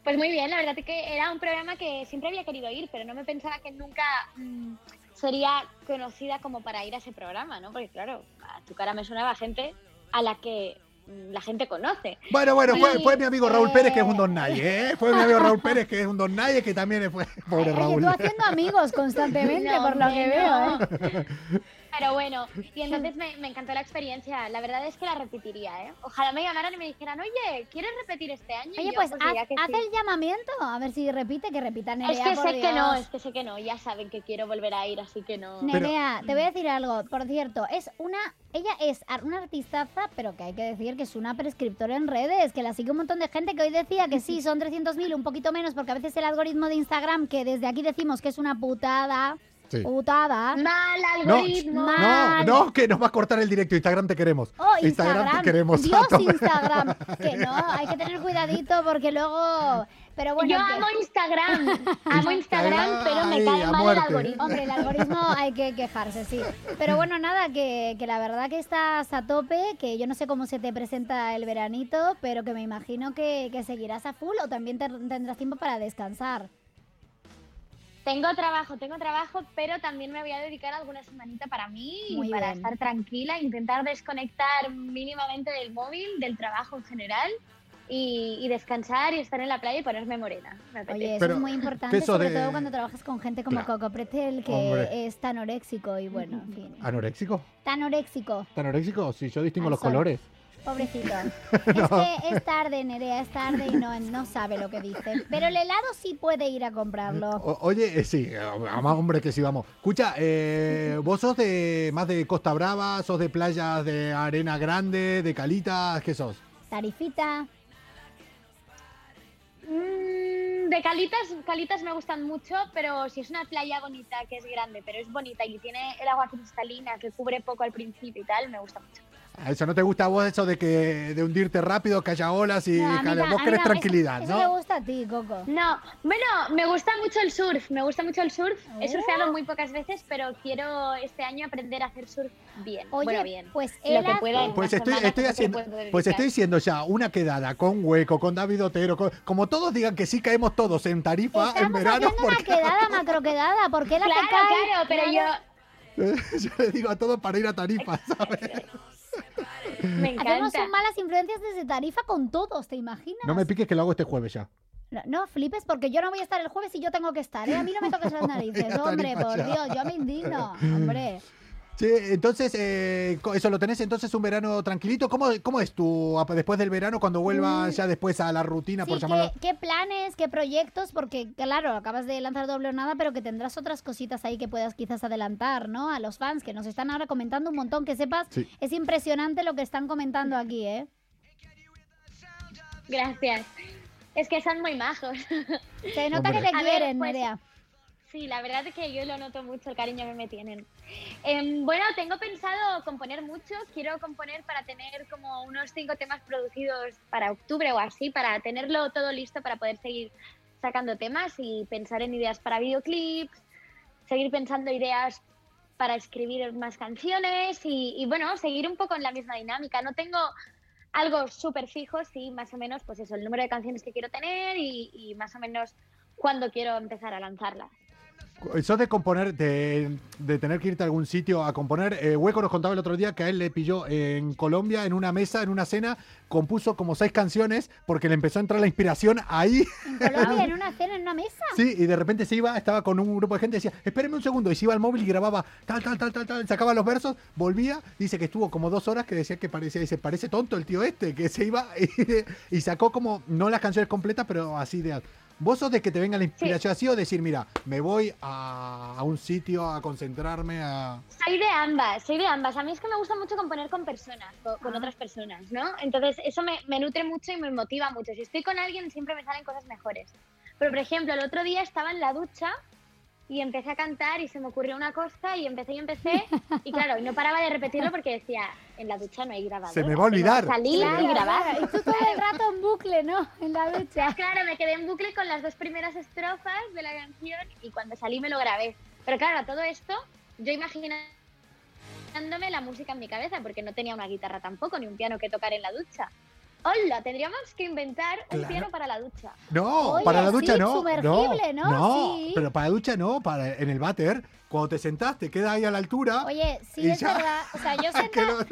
Speaker 1: Pues muy bien, la verdad es que era un programa que siempre había querido ir, pero no me pensaba que nunca mm, sería conocida como para ir a ese programa, ¿no? Porque claro, a tu cara me sonaba gente a la que mm, la gente conoce.
Speaker 2: Bueno, bueno, fue,
Speaker 1: Sí,
Speaker 2: fue mi amigo Raúl Pérez que es un
Speaker 3: eh.
Speaker 2: don nadie, ¿eh? Fue mi amigo Raúl Pérez que es un don nadie que también fue. Pobre
Speaker 3: Oye,
Speaker 2: Raúl.
Speaker 3: tú haciendo amigos constantemente,
Speaker 1: No,
Speaker 3: por lo que
Speaker 1: hombre,
Speaker 3: veo,
Speaker 1: no.
Speaker 3: ¿eh?
Speaker 1: Pero bueno, y entonces me, me encantó la experiencia. La verdad es que la repetiría, ¿eh? Ojalá me llamaran y me dijeran, oye, ¿quieres repetir este año? Y
Speaker 3: Oye,
Speaker 1: yo,
Speaker 3: pues, haz,
Speaker 1: diría que
Speaker 3: haz
Speaker 1: sí.
Speaker 3: el llamamiento, a ver si repite, que repita Nerea,
Speaker 1: Es que
Speaker 3: por
Speaker 1: sé que no,
Speaker 3: Dios.
Speaker 1: es que sé que no. Ya saben que quiero volver a ir, así que no.
Speaker 2: Pero-
Speaker 3: Nerea, te voy a decir algo, por cierto, es una, ella es ar- una artistaza, pero que hay que decir que es una prescriptora en redes, que la sigue un montón de gente que hoy decía que sí, son 300.000, un poquito menos, porque a veces el algoritmo de Instagram, que desde aquí decimos que es una putada,
Speaker 2: Sí.
Speaker 3: putada,
Speaker 1: Mal
Speaker 2: No,
Speaker 1: algoritmo.
Speaker 3: mal.
Speaker 2: No, no, que nos va a cortar el directo. Instagram te queremos.
Speaker 3: Oh,
Speaker 2: Instagram,
Speaker 3: Instagram.
Speaker 2: te queremos.
Speaker 3: Dios
Speaker 2: a tomar.
Speaker 3: Instagram. Que no, hay que tener cuidadito porque luego. Pero bueno.
Speaker 1: Yo
Speaker 3: que-
Speaker 1: amo Instagram. Amo Instagram, pero
Speaker 2: Ay,
Speaker 1: me
Speaker 2: a
Speaker 1: cae mal el
Speaker 2: muerte.
Speaker 1: algoritmo.
Speaker 3: Hombre, el algoritmo hay que quejarse, sí. Pero bueno, nada, que, que la verdad que estás a tope, que yo no sé cómo se te presenta el veranito, pero que me imagino que, que seguirás a full o también te- tendrás tiempo para descansar.
Speaker 1: Tengo trabajo, tengo trabajo, pero también me voy a dedicar alguna semanita para mí, y
Speaker 3: Muy
Speaker 1: para
Speaker 3: bien.
Speaker 1: estar tranquila, intentar desconectar mínimamente del móvil, del trabajo en general, y, y descansar y estar en la playa y ponerme morena. Me apetece.
Speaker 3: Oye, eso
Speaker 2: Eh, Pero,
Speaker 3: es muy importante,
Speaker 2: que eso
Speaker 3: sobre
Speaker 2: de-
Speaker 3: todo cuando trabajas con gente como
Speaker 2: Claro.
Speaker 3: Coco Pretel, que
Speaker 2: Hombre. Ah.
Speaker 3: es tan anoréxico y bueno, en fin.
Speaker 2: ¿Anoréxico?
Speaker 3: Tan anoréxico.
Speaker 2: ¿Tanoréxico? Sí, yo distingo
Speaker 3: Al
Speaker 2: los
Speaker 3: sol.
Speaker 2: colores.
Speaker 3: Pobrecito. Es que es tarde, Nerea, es tarde y no, no sabe lo que dice. Pero el helado sí puede ir a comprarlo.
Speaker 2: O- oye, eh, sí, eh, a más hombre que sí vamos. Escucha, eh, vos sos de más de Costa Brava, sos de playas de arena grande, de calitas, ¿qué sos?
Speaker 3: Tarifita.
Speaker 1: Mm, de calitas, calitas me gustan mucho, pero si es una playa bonita, que es grande, pero es bonita y tiene el agua cristalina, que cubre poco al principio y tal, me gusta mucho.
Speaker 2: ¿A Eso no te gusta a vos eso de que de hundirte rápido, que haya olas y
Speaker 3: No, amiga,
Speaker 2: vos
Speaker 3: amiga,
Speaker 2: querés tranquilidad,
Speaker 3: eso,
Speaker 2: ¿no?
Speaker 3: Eso te gusta a ti, Coco.
Speaker 1: No, bueno, me gusta mucho el surf, me gusta mucho el surf. He
Speaker 3: Oh.
Speaker 1: surfeado muy pocas veces, pero quiero este año aprender a hacer surf bien.
Speaker 3: Oye,
Speaker 1: bueno, bien.
Speaker 3: pues
Speaker 1: Lo
Speaker 3: él
Speaker 1: que
Speaker 3: hace-
Speaker 1: pueda en
Speaker 2: Pues
Speaker 1: una
Speaker 2: estoy,
Speaker 1: semana,
Speaker 2: estoy
Speaker 1: creo que
Speaker 2: haciendo,
Speaker 1: puedo dedicar.
Speaker 2: pues estoy diciendo ya una quedada con Hueco, con David Otero, con- como todos digan que sí caemos todos en tarifa Ah, en
Speaker 3: Estamos
Speaker 2: verano,
Speaker 3: haciendo una
Speaker 2: porque
Speaker 3: quedada, macroquedada, porque él hace
Speaker 1: Claro,
Speaker 3: cae-
Speaker 1: claro, pero yo
Speaker 2: yo le digo a todos para ir a tarifa, ¿sabes?
Speaker 1: me
Speaker 3: Hacemos
Speaker 1: encanta.
Speaker 3: un malas influencias desde Tarifa con todos, ¿te imaginas?
Speaker 2: No me piques que lo hago este jueves ya.
Speaker 3: No, no flipes porque yo no voy a estar el jueves y yo tengo que estar. ¿eh? A mí no me toques las narices,
Speaker 2: Mira,
Speaker 3: hombre,
Speaker 2: Tarifa
Speaker 3: por
Speaker 2: ya.
Speaker 3: Dios, yo me indigno, hombre.
Speaker 2: Sí, entonces, eh, co- eso lo tenés entonces un verano tranquilito. ¿Cómo, cómo es tu ap- después del verano cuando vuelvas ya después a la rutina, por
Speaker 3: Mm. Sí,
Speaker 2: llamarlo?
Speaker 3: ¿qué, qué planes, qué proyectos? Porque, claro, acabas de lanzar doble o nada, pero que tendrás otras cositas ahí que puedas quizás adelantar, ¿no? A los fans que nos están ahora comentando un montón, que sepas,
Speaker 2: Sí.
Speaker 3: es impresionante lo que están comentando aquí, ¿eh?
Speaker 1: Gracias. Es que son muy majos.
Speaker 3: Se nota
Speaker 2: Hombre.
Speaker 3: que te
Speaker 1: A ver,
Speaker 3: quieren,
Speaker 1: pues,
Speaker 3: Nerea.
Speaker 1: Sí, la verdad es que yo lo noto mucho, el cariño que me tienen. Em, bueno, tengo pensado componer mucho, quiero componer para tener como unos cinco temas producidos para octubre o así, para tenerlo todo listo para poder seguir sacando temas y pensar en ideas para videoclips, seguir pensando ideas para escribir más canciones y, y, bueno, seguir un poco en la misma dinámica. No tengo algo súper fijo, sí, más o menos, pues eso, el número de canciones que quiero tener y, y más o menos cuándo quiero empezar a lanzarlas.
Speaker 2: Eso Eh, de componer, de, de tener que irte a algún sitio a componer. Eh, Hueco nos contaba el otro día que a él le pilló en Colombia, en una mesa, en una cena, compuso como seis canciones porque le empezó a entrar la inspiración ahí.
Speaker 3: En Colombia, en una cena, en una mesa.
Speaker 2: Sí, y de repente se iba, estaba con un grupo de gente, decía, espérenme un segundo, y se iba al móvil y grababa tal, tal, tal, tal, tal, sacaba los versos, volvía, dice que estuvo como dos horas que decía que parecía, dice, parece tonto el tío este, que se iba y, y sacó como, no las canciones completas, pero así de... ¿Vos sos de que te venga la inspiración así o decir, mira, me voy a, a un sitio a concentrarme, a...
Speaker 1: Soy de ambas, soy de ambas. A mí es que me gusta mucho componer con personas, co- con,
Speaker 2: Ah.
Speaker 1: otras personas, ¿no? Entonces eso me, me nutre mucho y me motiva mucho. Si estoy con alguien siempre me salen cosas mejores. Pero por ejemplo, el otro día estaba en la ducha y empecé a cantar y se me ocurrió una cosa y empecé y empecé y claro, y no paraba de repetirlo porque decía, en la ducha no hay grabadora.
Speaker 2: Se me va a olvidar.
Speaker 1: Tengo que Salir
Speaker 3: Claro,
Speaker 1: y grabar.
Speaker 3: claro, Y tú todo el rato en bucle, ¿no? En la ducha.
Speaker 1: Claro, me quedé en bucle con las dos primeras estrofas de la canción y cuando salí me lo grabé. Pero claro, a todo esto yo imaginándome la música en mi cabeza porque no tenía una guitarra tampoco ni un piano que tocar en la ducha. Hola, tendríamos que inventar un
Speaker 2: Claro.
Speaker 1: piano para la ducha.
Speaker 2: No,
Speaker 3: Oye,
Speaker 2: para la
Speaker 3: sí,
Speaker 2: ducha no. No,
Speaker 3: sumergible, ¿no? Sí.
Speaker 2: pero para la ducha no, para en el váter, cuando te sentás, te queda ahí a la altura.
Speaker 3: Oye,
Speaker 2: Y
Speaker 3: sí es
Speaker 2: ya. Ah,
Speaker 3: verdad. O sea, yo
Speaker 2: que
Speaker 3: sentada,
Speaker 2: no-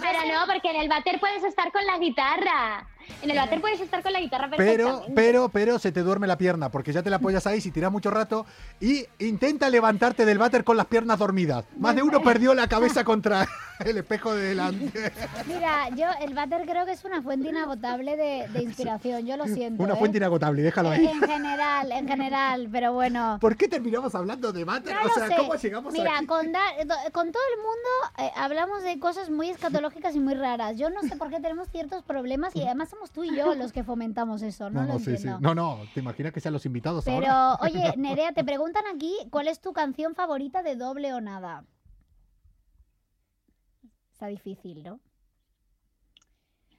Speaker 1: Pero no, porque en el váter puedes estar con la guitarra. En el váter puedes estar con la guitarra
Speaker 2: Pero,
Speaker 1: perfectamente.
Speaker 2: pero, pero se te duerme la pierna, porque ya te la apoyas ahí si tiras mucho rato. Y intenta levantarte del váter con las piernas dormidas. Más de uno perdió la cabeza contra el espejo de delante.
Speaker 3: Mira, yo el váter creo que es una fuente inagotable de, de inspiración, yo lo siento.
Speaker 2: Una
Speaker 3: ¿eh?
Speaker 2: fuente inagotable, déjalo ahí.
Speaker 3: En general, en general, pero bueno.
Speaker 2: ¿Por qué terminamos hablando de váter?
Speaker 3: No
Speaker 2: o
Speaker 3: lo
Speaker 2: sea,
Speaker 3: sé.
Speaker 2: ¿cómo llegamos
Speaker 3: Mira,
Speaker 2: aquí?
Speaker 3: con, da- do- con todo el mundo eh, hablamos de cosas muy escatológicas y muy raras. Yo no sé por qué tenemos ciertos problemas y además somos tú y yo los que fomentamos eso, no, lo
Speaker 2: sí, sí.
Speaker 3: entiendo.
Speaker 2: No, no, ¿te imaginas que sean los invitados ahora?
Speaker 3: Pero, oye, Nerea, te preguntan aquí cuál es tu canción favorita de doble o nada. Está difícil, ¿no?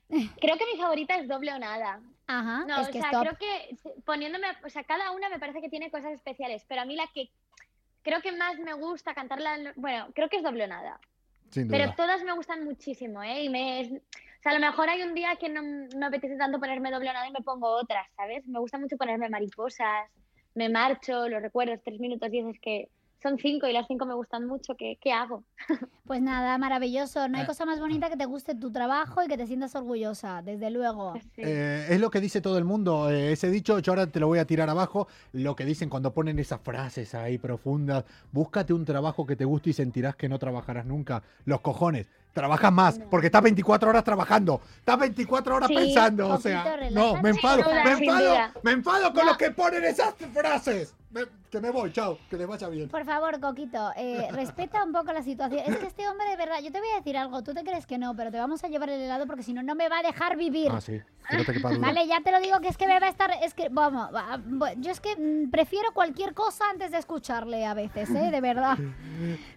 Speaker 1: Creo que mi favorita es doble o nada.
Speaker 3: Ajá,
Speaker 1: No,
Speaker 3: es
Speaker 1: o
Speaker 3: que
Speaker 1: sea,
Speaker 3: stop.
Speaker 1: creo que se- poniéndome, o sea, cada una me parece que tiene cosas especiales, pero a mí la que creo que más me gusta cantarla, bueno, creo que es doble o nada,
Speaker 2: Sin duda.
Speaker 1: pero todas me gustan muchísimo, ¿eh? Y me, es- o sea, a lo mejor hay un día que no no me apetece tanto ponerme doble o nada y me pongo otras, ¿sabes? Me gusta mucho ponerme mariposas, me marcho, los recuerdos, tres minutos, diez, es que son cinco y las cinco me gustan mucho, ¿qué, qué hago?
Speaker 3: Pues nada, maravilloso.
Speaker 2: Ah.
Speaker 3: No hay cosa más bonita que te guste tu trabajo y que te sientas orgullosa, desde luego.
Speaker 1: Sí.
Speaker 2: Eh, es lo que dice todo el mundo. eh, ese dicho, yo ahora te lo voy a tirar abajo. Lo que dicen cuando ponen esas frases ahí profundas. Búscate un trabajo que te guste y sentirás que no trabajarás nunca. Los cojones. Trabajas más, porque estás 24 horas trabajando. Estás 24 horas
Speaker 1: Sí,
Speaker 2: pensando. O
Speaker 3: poquito,
Speaker 2: sea, no,
Speaker 3: relájate,
Speaker 2: me enfado.
Speaker 1: sin duda,
Speaker 2: Me
Speaker 1: sin
Speaker 2: enfado,
Speaker 1: duda.
Speaker 2: me enfado con
Speaker 1: No.
Speaker 2: los que ponen esas frases. Me- que me voy, chao. Que les vaya bien.
Speaker 3: Por favor, Coquito, eh, respeta un poco la situación. Es que este hombre, de verdad, yo te voy a decir algo. Tú te crees que no, pero te vamos a llevar el helado porque si no, no me va a dejar vivir.
Speaker 2: Ah, sí. que no te quepa duda.
Speaker 3: Vale, ya te lo digo que es que me va a estar. Es que, vamos, va- bu- yo es que mm, prefiero cualquier cosa antes de escucharle a veces, ¿eh? De verdad.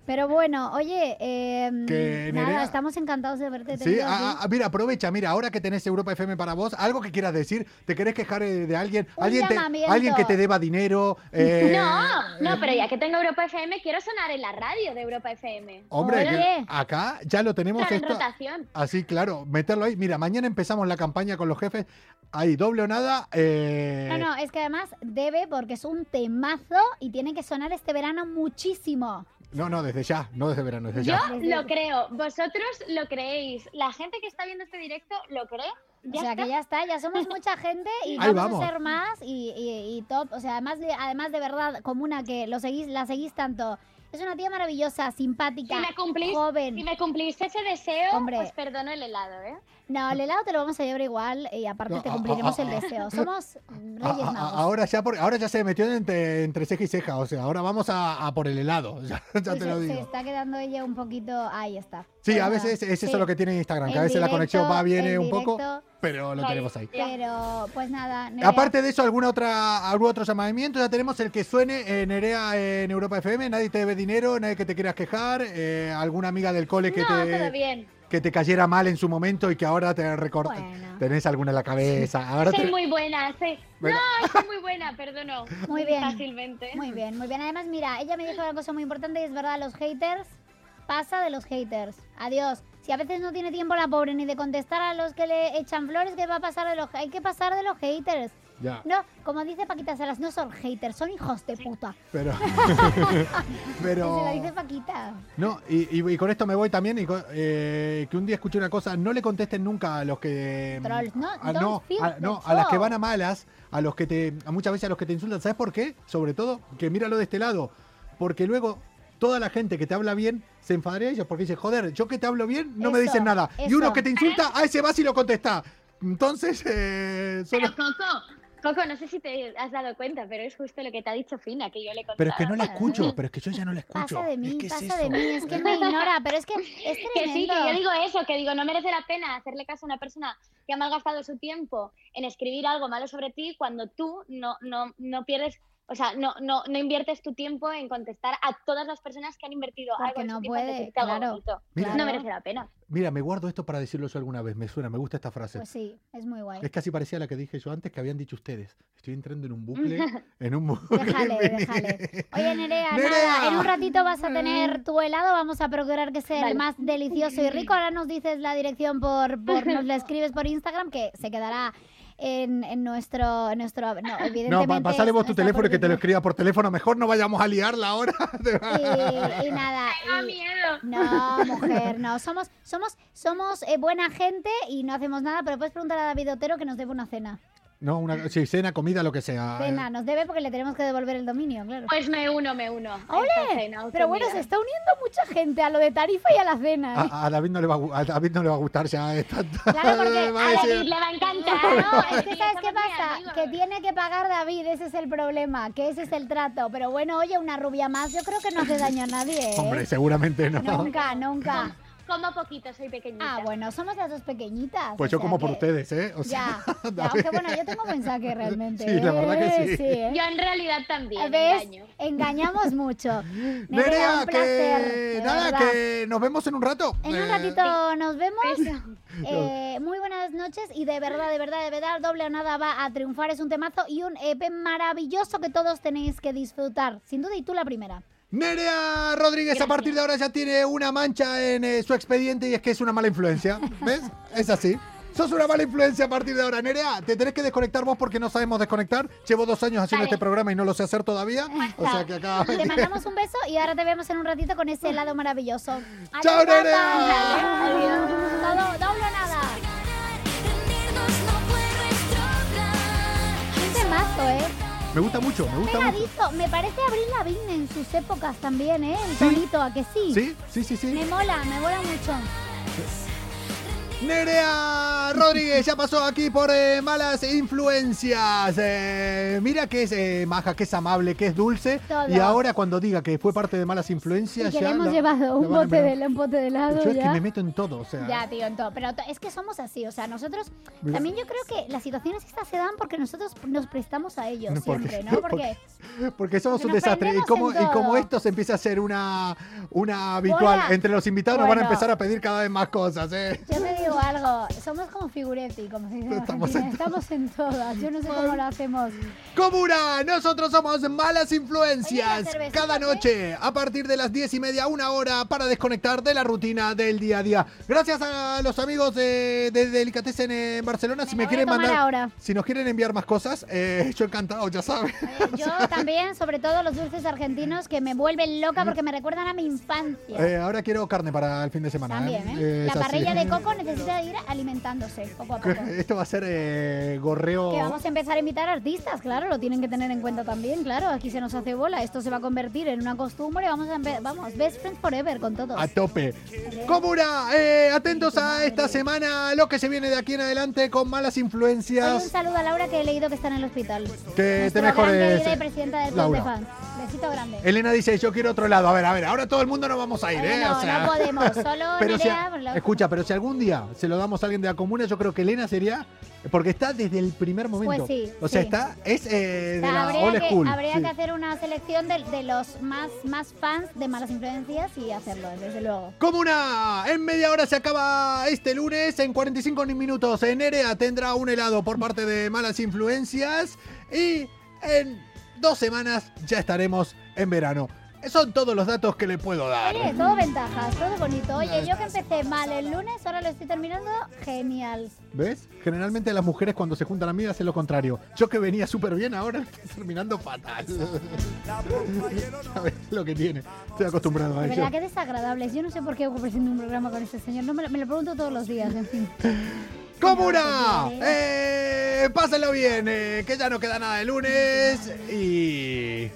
Speaker 3: Pero bueno, oye, eh,
Speaker 2: Que,
Speaker 3: nada,
Speaker 2: Nerea-
Speaker 3: estamos encantados de verte.
Speaker 2: Sí,
Speaker 3: tenido
Speaker 2: ah,
Speaker 3: aquí.
Speaker 2: ah, mira, aprovecha, mira, ahora que tenés Europa FM para vos, algo que quieras decir, te querés quejar eh, de alguien,
Speaker 3: Un
Speaker 2: alguien, te-
Speaker 3: llamamiento.
Speaker 2: alguien que te deba dinero. eh,
Speaker 1: No, no, pero ya que tengo Europa FM, quiero sonar en la radio de Europa FM.
Speaker 2: Hombre, que
Speaker 3: Órale.
Speaker 2: acá ya lo tenemos
Speaker 1: Entrar en
Speaker 2: esto.
Speaker 1: rotación.
Speaker 2: Así, claro, meterlo ahí. Mira, mañana empezamos la campaña con los jefes. Ahí, doble o nada. eh,
Speaker 3: No, no, es que además debe porque es un temazo y tiene que sonar este verano muchísimo.
Speaker 2: no, no, desde ya, no desde verano, desde
Speaker 1: Yo
Speaker 2: Pues ya.
Speaker 1: lo creo, vosotros lo creéis, la gente que está viendo este directo lo cree. Ya
Speaker 3: o sea
Speaker 1: está.
Speaker 3: que ya está, ya somos mucha gente y
Speaker 2: Ahí
Speaker 3: vamos,
Speaker 2: vamos.
Speaker 3: a ser más y, y- y top. O sea, además de, además de verdad, comuna que lo seguís, la seguís tanto. Es una tía maravillosa,
Speaker 1: Si
Speaker 3: simpática,
Speaker 1: me cumplís,
Speaker 3: joven.
Speaker 1: si me cumplís ese deseo,
Speaker 3: Hombre.
Speaker 1: os perdono el helado, ¿eh?
Speaker 3: No, el helado te lo vamos a llevar igual y aparte
Speaker 2: No,
Speaker 3: te
Speaker 2: ah,
Speaker 3: cumpliremos
Speaker 2: ah,
Speaker 3: el
Speaker 2: ah,
Speaker 3: deseo. Somos
Speaker 2: A-
Speaker 3: reyes
Speaker 2: a- a-
Speaker 3: magos.
Speaker 2: ahora ya por- ahora ya se metió entre, entre ceja y ceja, o sea, ahora vamos a, a por el helado, ya, ya te
Speaker 3: Uy, se,
Speaker 2: lo
Speaker 3: se
Speaker 2: digo.
Speaker 3: está quedando ella un poquito. Ahí está.
Speaker 2: Sí,
Speaker 3: Pues
Speaker 2: a
Speaker 3: nada.
Speaker 2: veces es eso
Speaker 3: Sí.
Speaker 2: lo que tiene Instagram, que a
Speaker 3: En
Speaker 2: veces la
Speaker 3: directo,
Speaker 2: conexión va, viene
Speaker 3: en
Speaker 2: un poco,
Speaker 3: directo,
Speaker 2: pero lo
Speaker 1: Vale.
Speaker 2: tenemos ahí.
Speaker 3: Pero pues nada. Nerea,
Speaker 2: Aparte de eso, alguna otra, algún otro llamamiento, ya tenemos el que suene en Nerea en Europa FM, nadie te debe dinero, nadie que te quieras quejar, eh, alguna amiga del cole que,
Speaker 1: no, todo
Speaker 2: te,
Speaker 1: bien.
Speaker 2: que te cayera mal en su momento y que ahora te recorta.
Speaker 3: Bueno.
Speaker 2: Tenés alguna en la cabeza. Ahora
Speaker 1: soy
Speaker 2: te-
Speaker 1: muy buena, sí.
Speaker 2: Venga.
Speaker 1: No, soy muy buena, perdono.
Speaker 3: Muy bien.
Speaker 1: Fácilmente.
Speaker 3: Muy bien, muy bien. Además, mira, ella me dijo una cosa muy importante y es verdad, los haters, pasa de los haters. Adiós. Si a veces no tiene tiempo la pobre ni de contestar a los que le echan flores, ¿qué va a pasar de los Hay que pasar de los haters.
Speaker 2: Ya,
Speaker 3: No, como dice Paquita Salas, no son haters, son hijos de puta.
Speaker 2: pero...
Speaker 3: Que Se la
Speaker 2: pero...
Speaker 3: dice Paquita.
Speaker 2: No, y, y- y con esto me voy también. Y con- eh, que un día escuché una cosa: no le contesten nunca a los que. mm,
Speaker 3: Trolls, no,
Speaker 2: a,
Speaker 3: don't
Speaker 2: no,
Speaker 3: feel
Speaker 2: a, no,
Speaker 3: the
Speaker 2: a las que
Speaker 3: troll.
Speaker 2: van a malas, a los que te. A muchas veces a los que te insultan. ¿Sabes por qué? Sobre todo, que míralo de este lado. Porque luego toda la gente que te habla bien se enfadaría a ellos porque dice, joder, yo que te hablo bien no me
Speaker 3: Eso,
Speaker 2: dicen nada. Y uno
Speaker 3: eso.
Speaker 2: que te insulta, a ese vas y lo contesta. Entonces, eh, solo-
Speaker 3: Ah.
Speaker 1: Pero Coco, Coco, no sé si te has dado cuenta, pero es justo lo que te ha dicho Fina, que yo le contaba.
Speaker 2: Pero es que no la
Speaker 3: Claro.
Speaker 2: escucho, pero es que yo ya no la escucho.
Speaker 3: Pasa de
Speaker 2: Es
Speaker 3: mí,
Speaker 2: que es
Speaker 3: pasa de
Speaker 2: eso.
Speaker 3: mí, es que me ignora, pero es que es
Speaker 1: Que sí,
Speaker 3: tremendo.
Speaker 1: que yo digo eso, que digo, no merece la pena hacerle caso a una persona que ha malgastado su tiempo en escribir algo malo sobre ti cuando tú no, no, no pierdes, o sea, no, no, no inviertes tu tiempo en contestar a todas las personas que han invertido
Speaker 3: Porque
Speaker 1: algo en
Speaker 3: no
Speaker 1: su tiempo en
Speaker 3: puede,
Speaker 1: decirte algo
Speaker 3: claro,
Speaker 1: bonito.
Speaker 2: Mira.
Speaker 1: No merece la pena.
Speaker 2: Mira, me guardo esto para decirlo yo alguna vez. Me suena, me gusta esta frase.
Speaker 3: Pues sí, es muy guay.
Speaker 2: Es casi parecía a la que dije yo antes que habían dicho ustedes. Estoy entrando en un bucle, en un bucle.
Speaker 3: Déjale, déjale. Oye,
Speaker 2: Nerea.
Speaker 3: Nerea,
Speaker 2: Mm.
Speaker 3: nada, en un ratito vas a tener tu helado, vamos a procurar que sea
Speaker 1: Vale.
Speaker 3: el más delicioso y rico. Ahora nos dices la dirección por, por nos la escribes por Instagram, que se quedará en, en nuestro, en nuestro. No, evidentemente.
Speaker 2: No, pa- pasale
Speaker 3: es
Speaker 2: vos tu
Speaker 3: nuestra
Speaker 2: teléfono y que te lo
Speaker 3: cortina.
Speaker 2: escriba por teléfono. Mejor no vayamos a liarla ahora.
Speaker 3: Y, y nada.
Speaker 1: Tengo
Speaker 3: y-
Speaker 1: miedo.
Speaker 3: No, mujer, no. Somos, somos, somos eh, buena gente y no hacemos nada, pero puedes preguntar a David Otero que nos debe una cena.
Speaker 2: No, una sí, cena, comida, lo que sea.
Speaker 3: Cena, nos debe porque le tenemos que devolver el dominio, claro.
Speaker 1: Pues me uno, me uno. a esta
Speaker 3: ¡Ole!
Speaker 1: cena,
Speaker 3: Pero bueno, se
Speaker 1: autounida.
Speaker 3: está uniendo mucha gente a lo de tarifa y a la cena. ¿eh?
Speaker 2: A, a David no le va a, gu- a David no le va a gustar ya esta.
Speaker 3: Claro, porque
Speaker 2: va
Speaker 1: A
Speaker 2: decir-
Speaker 1: David le va a encantar.
Speaker 3: No, es que
Speaker 1: Sí,
Speaker 3: ¿sabes
Speaker 1: somos
Speaker 3: qué
Speaker 1: muy
Speaker 3: pasa?
Speaker 1: amigos.
Speaker 3: Que tiene que pagar David, ese es el problema, que ese es el trato. Pero bueno, oye, una rubia más yo creo que no hace daño a nadie. ¿eh?
Speaker 2: Hombre, seguramente no.
Speaker 3: Nunca, nunca.
Speaker 1: Como poquito, soy pequeñita.
Speaker 3: Ah, bueno, somos las dos pequeñitas.
Speaker 2: Pues
Speaker 3: o
Speaker 2: yo
Speaker 3: sea
Speaker 2: como por
Speaker 3: que-
Speaker 2: ustedes, ¿eh? O
Speaker 3: Ya,
Speaker 2: sea,
Speaker 3: ya,
Speaker 2: David-
Speaker 3: aunque bueno, yo tengo buen saque realmente.
Speaker 2: Sí, la verdad que
Speaker 3: ¿eh?
Speaker 2: sí.
Speaker 3: ¿eh?
Speaker 1: Yo en realidad también.
Speaker 3: ¿Ves?
Speaker 1: engaño.
Speaker 3: Engañamos mucho. Nerea,
Speaker 2: Nerea,
Speaker 3: un placer.
Speaker 2: que
Speaker 3: de
Speaker 2: nada,
Speaker 3: verdad.
Speaker 2: que nos vemos en un rato.
Speaker 3: En un
Speaker 2: Eh,
Speaker 3: ratito nos vemos. Eh, muy buenas noches y de verdad, de verdad, de verdad, doble o nada va a triunfar. Es un temazo y un EP maravilloso que todos tenéis que disfrutar. Sin duda, y tú la primera.
Speaker 2: Nerea Rodríguez a partir de ahora ya tiene una mancha en eh, su expediente y es que es una mala influencia. ¿Ves? Es así. Sos una mala influencia a partir de ahora. Nerea, te tenés que desconectar vos porque no sabemos desconectar. Llevo dos años haciendo
Speaker 1: Vale.
Speaker 2: este programa y no lo sé hacer todavía. O sea que acá...
Speaker 3: Te mandamos un beso y ahora te vemos en un ratito con ese helado maravilloso. Adiós,
Speaker 2: ¡Chao,
Speaker 3: guapa!
Speaker 2: Nerea!
Speaker 3: Adiós. Todo, doble o nada. Un temazo, ¿eh?
Speaker 2: Me gusta mucho, me gusta mucho.
Speaker 3: Pegadizo. Me parece Abril Lavigne en sus épocas también, ¿eh? El tonito, ¿a que sí?
Speaker 2: Sí, sí, sí, sí.
Speaker 3: Me mola, me mola mucho.
Speaker 2: Nerea Rodríguez ya pasó aquí por eh, malas influencias. Eh, mira que es eh, maja, que es amable, que es dulce.
Speaker 3: Todo.
Speaker 2: Y ahora cuando diga que fue parte de malas influencias,
Speaker 3: Y que
Speaker 2: ya
Speaker 3: le hemos
Speaker 2: la- la
Speaker 3: llevado un
Speaker 2: van a
Speaker 3: bote,
Speaker 2: mirar.
Speaker 3: de, un bote de helado
Speaker 2: Yo es que
Speaker 3: ya.
Speaker 2: me meto en todo, o sea.
Speaker 3: Ya, tío, en todo. Pero to- es que somos así, o sea, nosotros también yo creo que las situaciones estas se dan porque nosotros nos prestamos a ellos
Speaker 2: No, porque-
Speaker 3: siempre, ¿no? Porque
Speaker 2: Porque somos
Speaker 3: Porque
Speaker 2: un
Speaker 3: nos
Speaker 2: desastre. Y
Speaker 3: prendemos
Speaker 2: como,
Speaker 3: en
Speaker 2: y como
Speaker 3: todo.
Speaker 2: esto se empieza a hacer una, una habitual
Speaker 3: Hola.
Speaker 2: entre los invitados, nos van a
Speaker 3: Bueno.
Speaker 2: empezar a pedir cada vez más cosas, ¿eh.
Speaker 3: yo te digo algo, somos como figuretti, como se dice en
Speaker 2: Estamos
Speaker 3: Argentina,
Speaker 2: en
Speaker 3: estamos en todas. Yo no sé cómo lo hacemos.
Speaker 2: Comuna, nosotros somos Malas
Speaker 3: Oye,
Speaker 2: Influencias.
Speaker 3: la cervecita,
Speaker 2: Cada
Speaker 3: ¿eh?
Speaker 2: noche, a partir de las 10 y media, una hora para desconectar de la rutina del día a día. Gracias a los amigos de, de Delicatessen en Barcelona. Si
Speaker 3: Me
Speaker 2: me
Speaker 3: la voy a
Speaker 2: quieren
Speaker 3: tomar
Speaker 2: mandar,
Speaker 3: ahora.
Speaker 2: si nos quieren enviar más cosas, eh, yo encantado, ya saben.
Speaker 3: Eh, Yo también, sobre todo los dulces argentinos que me vuelven loca porque me recuerdan a mi infancia.
Speaker 2: Eh, ahora quiero carne para el fin de semana.
Speaker 3: También,
Speaker 2: Eh,
Speaker 3: ¿eh? La
Speaker 2: es así.
Speaker 3: parrilla de coco necesita ir alimentándose poco a poco.
Speaker 2: Esto va a ser eh,
Speaker 3: Que
Speaker 2: gorreo.
Speaker 3: vamos a empezar a invitar artistas, claro, lo tienen que tener en cuenta también, claro. Aquí se nos hace bola, esto se va a convertir en una costumbre. Vamos, a empe- vamos, best friends forever con todos.
Speaker 2: A tope. Comuna, eh, atentos a esta semana, lo que se viene de aquí en adelante con malas
Speaker 3: Oye, un
Speaker 2: influencias.
Speaker 3: saludo a Laura que he leído que está en el hospital.
Speaker 2: Que te
Speaker 3: Nuestra gran
Speaker 2: mejores.
Speaker 3: querida y presidenta del Club
Speaker 2: Laura. Eh,
Speaker 3: de Fans. Besito grande.
Speaker 2: Elena dice, yo quiero otro lado. A ver, a ver, ahora todo el mundo no vamos a ir,
Speaker 3: Oye,
Speaker 2: ¿eh?
Speaker 3: no,
Speaker 2: O sea,
Speaker 3: no podemos, solo
Speaker 2: pero si-
Speaker 3: Nerea, por la-
Speaker 2: Escucha, pero si algún día se lo damos a alguien de la comuna, yo creo que Elena sería... Porque está desde el primer momento.
Speaker 3: Pues sí,
Speaker 2: o sea,
Speaker 3: sí.
Speaker 2: está... Es eh, de
Speaker 3: O sea,
Speaker 2: la
Speaker 3: habría
Speaker 2: old
Speaker 3: que,
Speaker 2: school.
Speaker 3: habría
Speaker 2: sí.
Speaker 3: que hacer una selección de, de los más, más fans de malas influencias y hacerlo, desde luego.
Speaker 2: Comuna, en media hora se acaba este lunes, en 45 minutos en Erea tendrá un helado por parte de Malas Influencias y en dos semanas ya estaremos en verano. Son todos los datos que le puedo dar.
Speaker 3: Oye, todo ventajas, todo bonito. Oye, yo que empecé mal el lunes, ahora lo estoy terminando genial.
Speaker 2: ¿Ves? Generalmente las mujeres cuando se juntan amigas es lo contrario. Yo que venía súper bien, ahora estoy terminando fatal. ¿Sabes lo que tiene? Estoy acostumbrado a
Speaker 3: De
Speaker 2: ello.
Speaker 3: verdad que desagradables. Yo no sé por qué hago presento un programa con ese señor. No me lo, me lo pregunto todos los días, en fin.
Speaker 2: ¡Comuna! Eh, pásenlo bien, eh, que ya no queda nada de lunes. Y.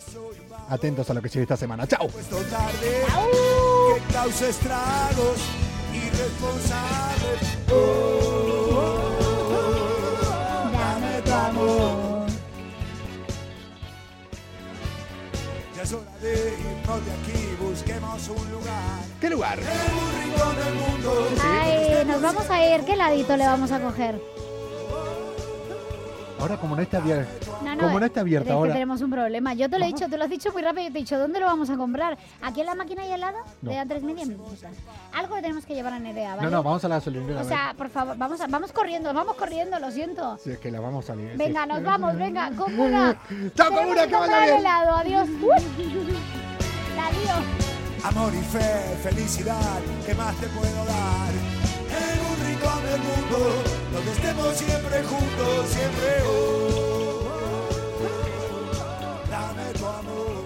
Speaker 2: Atentos a lo que sigue esta semana. ¡Chao!
Speaker 4: Puesto tarde que causa estragos irresponsables. Oh, oh, oh, dame tu amor. Ya es hora de irnos de aquí, busquemos un lugar.
Speaker 2: ¿Qué lugar?
Speaker 4: En un rincón del mundo.
Speaker 3: Ay, nos vamos a ir. ¿Qué ladito le vamos a coger?
Speaker 2: Ahora, como no está abierta.
Speaker 3: No, no,
Speaker 2: Como no está abierta
Speaker 3: es que
Speaker 2: ahora.
Speaker 3: tenemos un problema. Yo te lo he dicho, tú lo has dicho muy rápido. Yo te he dicho, ¿dónde lo vamos a comprar? ¿Aquí en la máquina y al lado?
Speaker 2: No.
Speaker 3: ¿De a tres media? No, o sea, Algo le tenemos que llevar a Nerea, ¿vale?
Speaker 2: No, no, vamos a la gasolinera.
Speaker 3: o
Speaker 2: a ver.
Speaker 3: sea, por favor, vamos, a- vamos corriendo, vamos corriendo, lo siento.
Speaker 2: Si es que la vamos a salir.
Speaker 3: Venga, nos vamos, venga, comuna.
Speaker 2: ¡Chao,
Speaker 3: Tenemos
Speaker 2: comuna! ¡Que vaya
Speaker 3: comprar
Speaker 2: bien!
Speaker 3: helado, adiós. Uy, La lío.
Speaker 4: Amor y fe, felicidad, ¿qué más te puedo dar? En un rincón del el mundo, donde estemos siempre juntos, siempre hoy. Dame tu amor.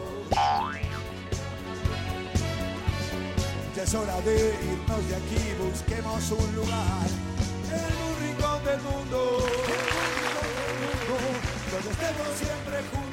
Speaker 4: Ya es hora de irnos de aquí, busquemos un lugar en un rincón del mundo, en un rincón del mundo, donde estemos siempre juntos.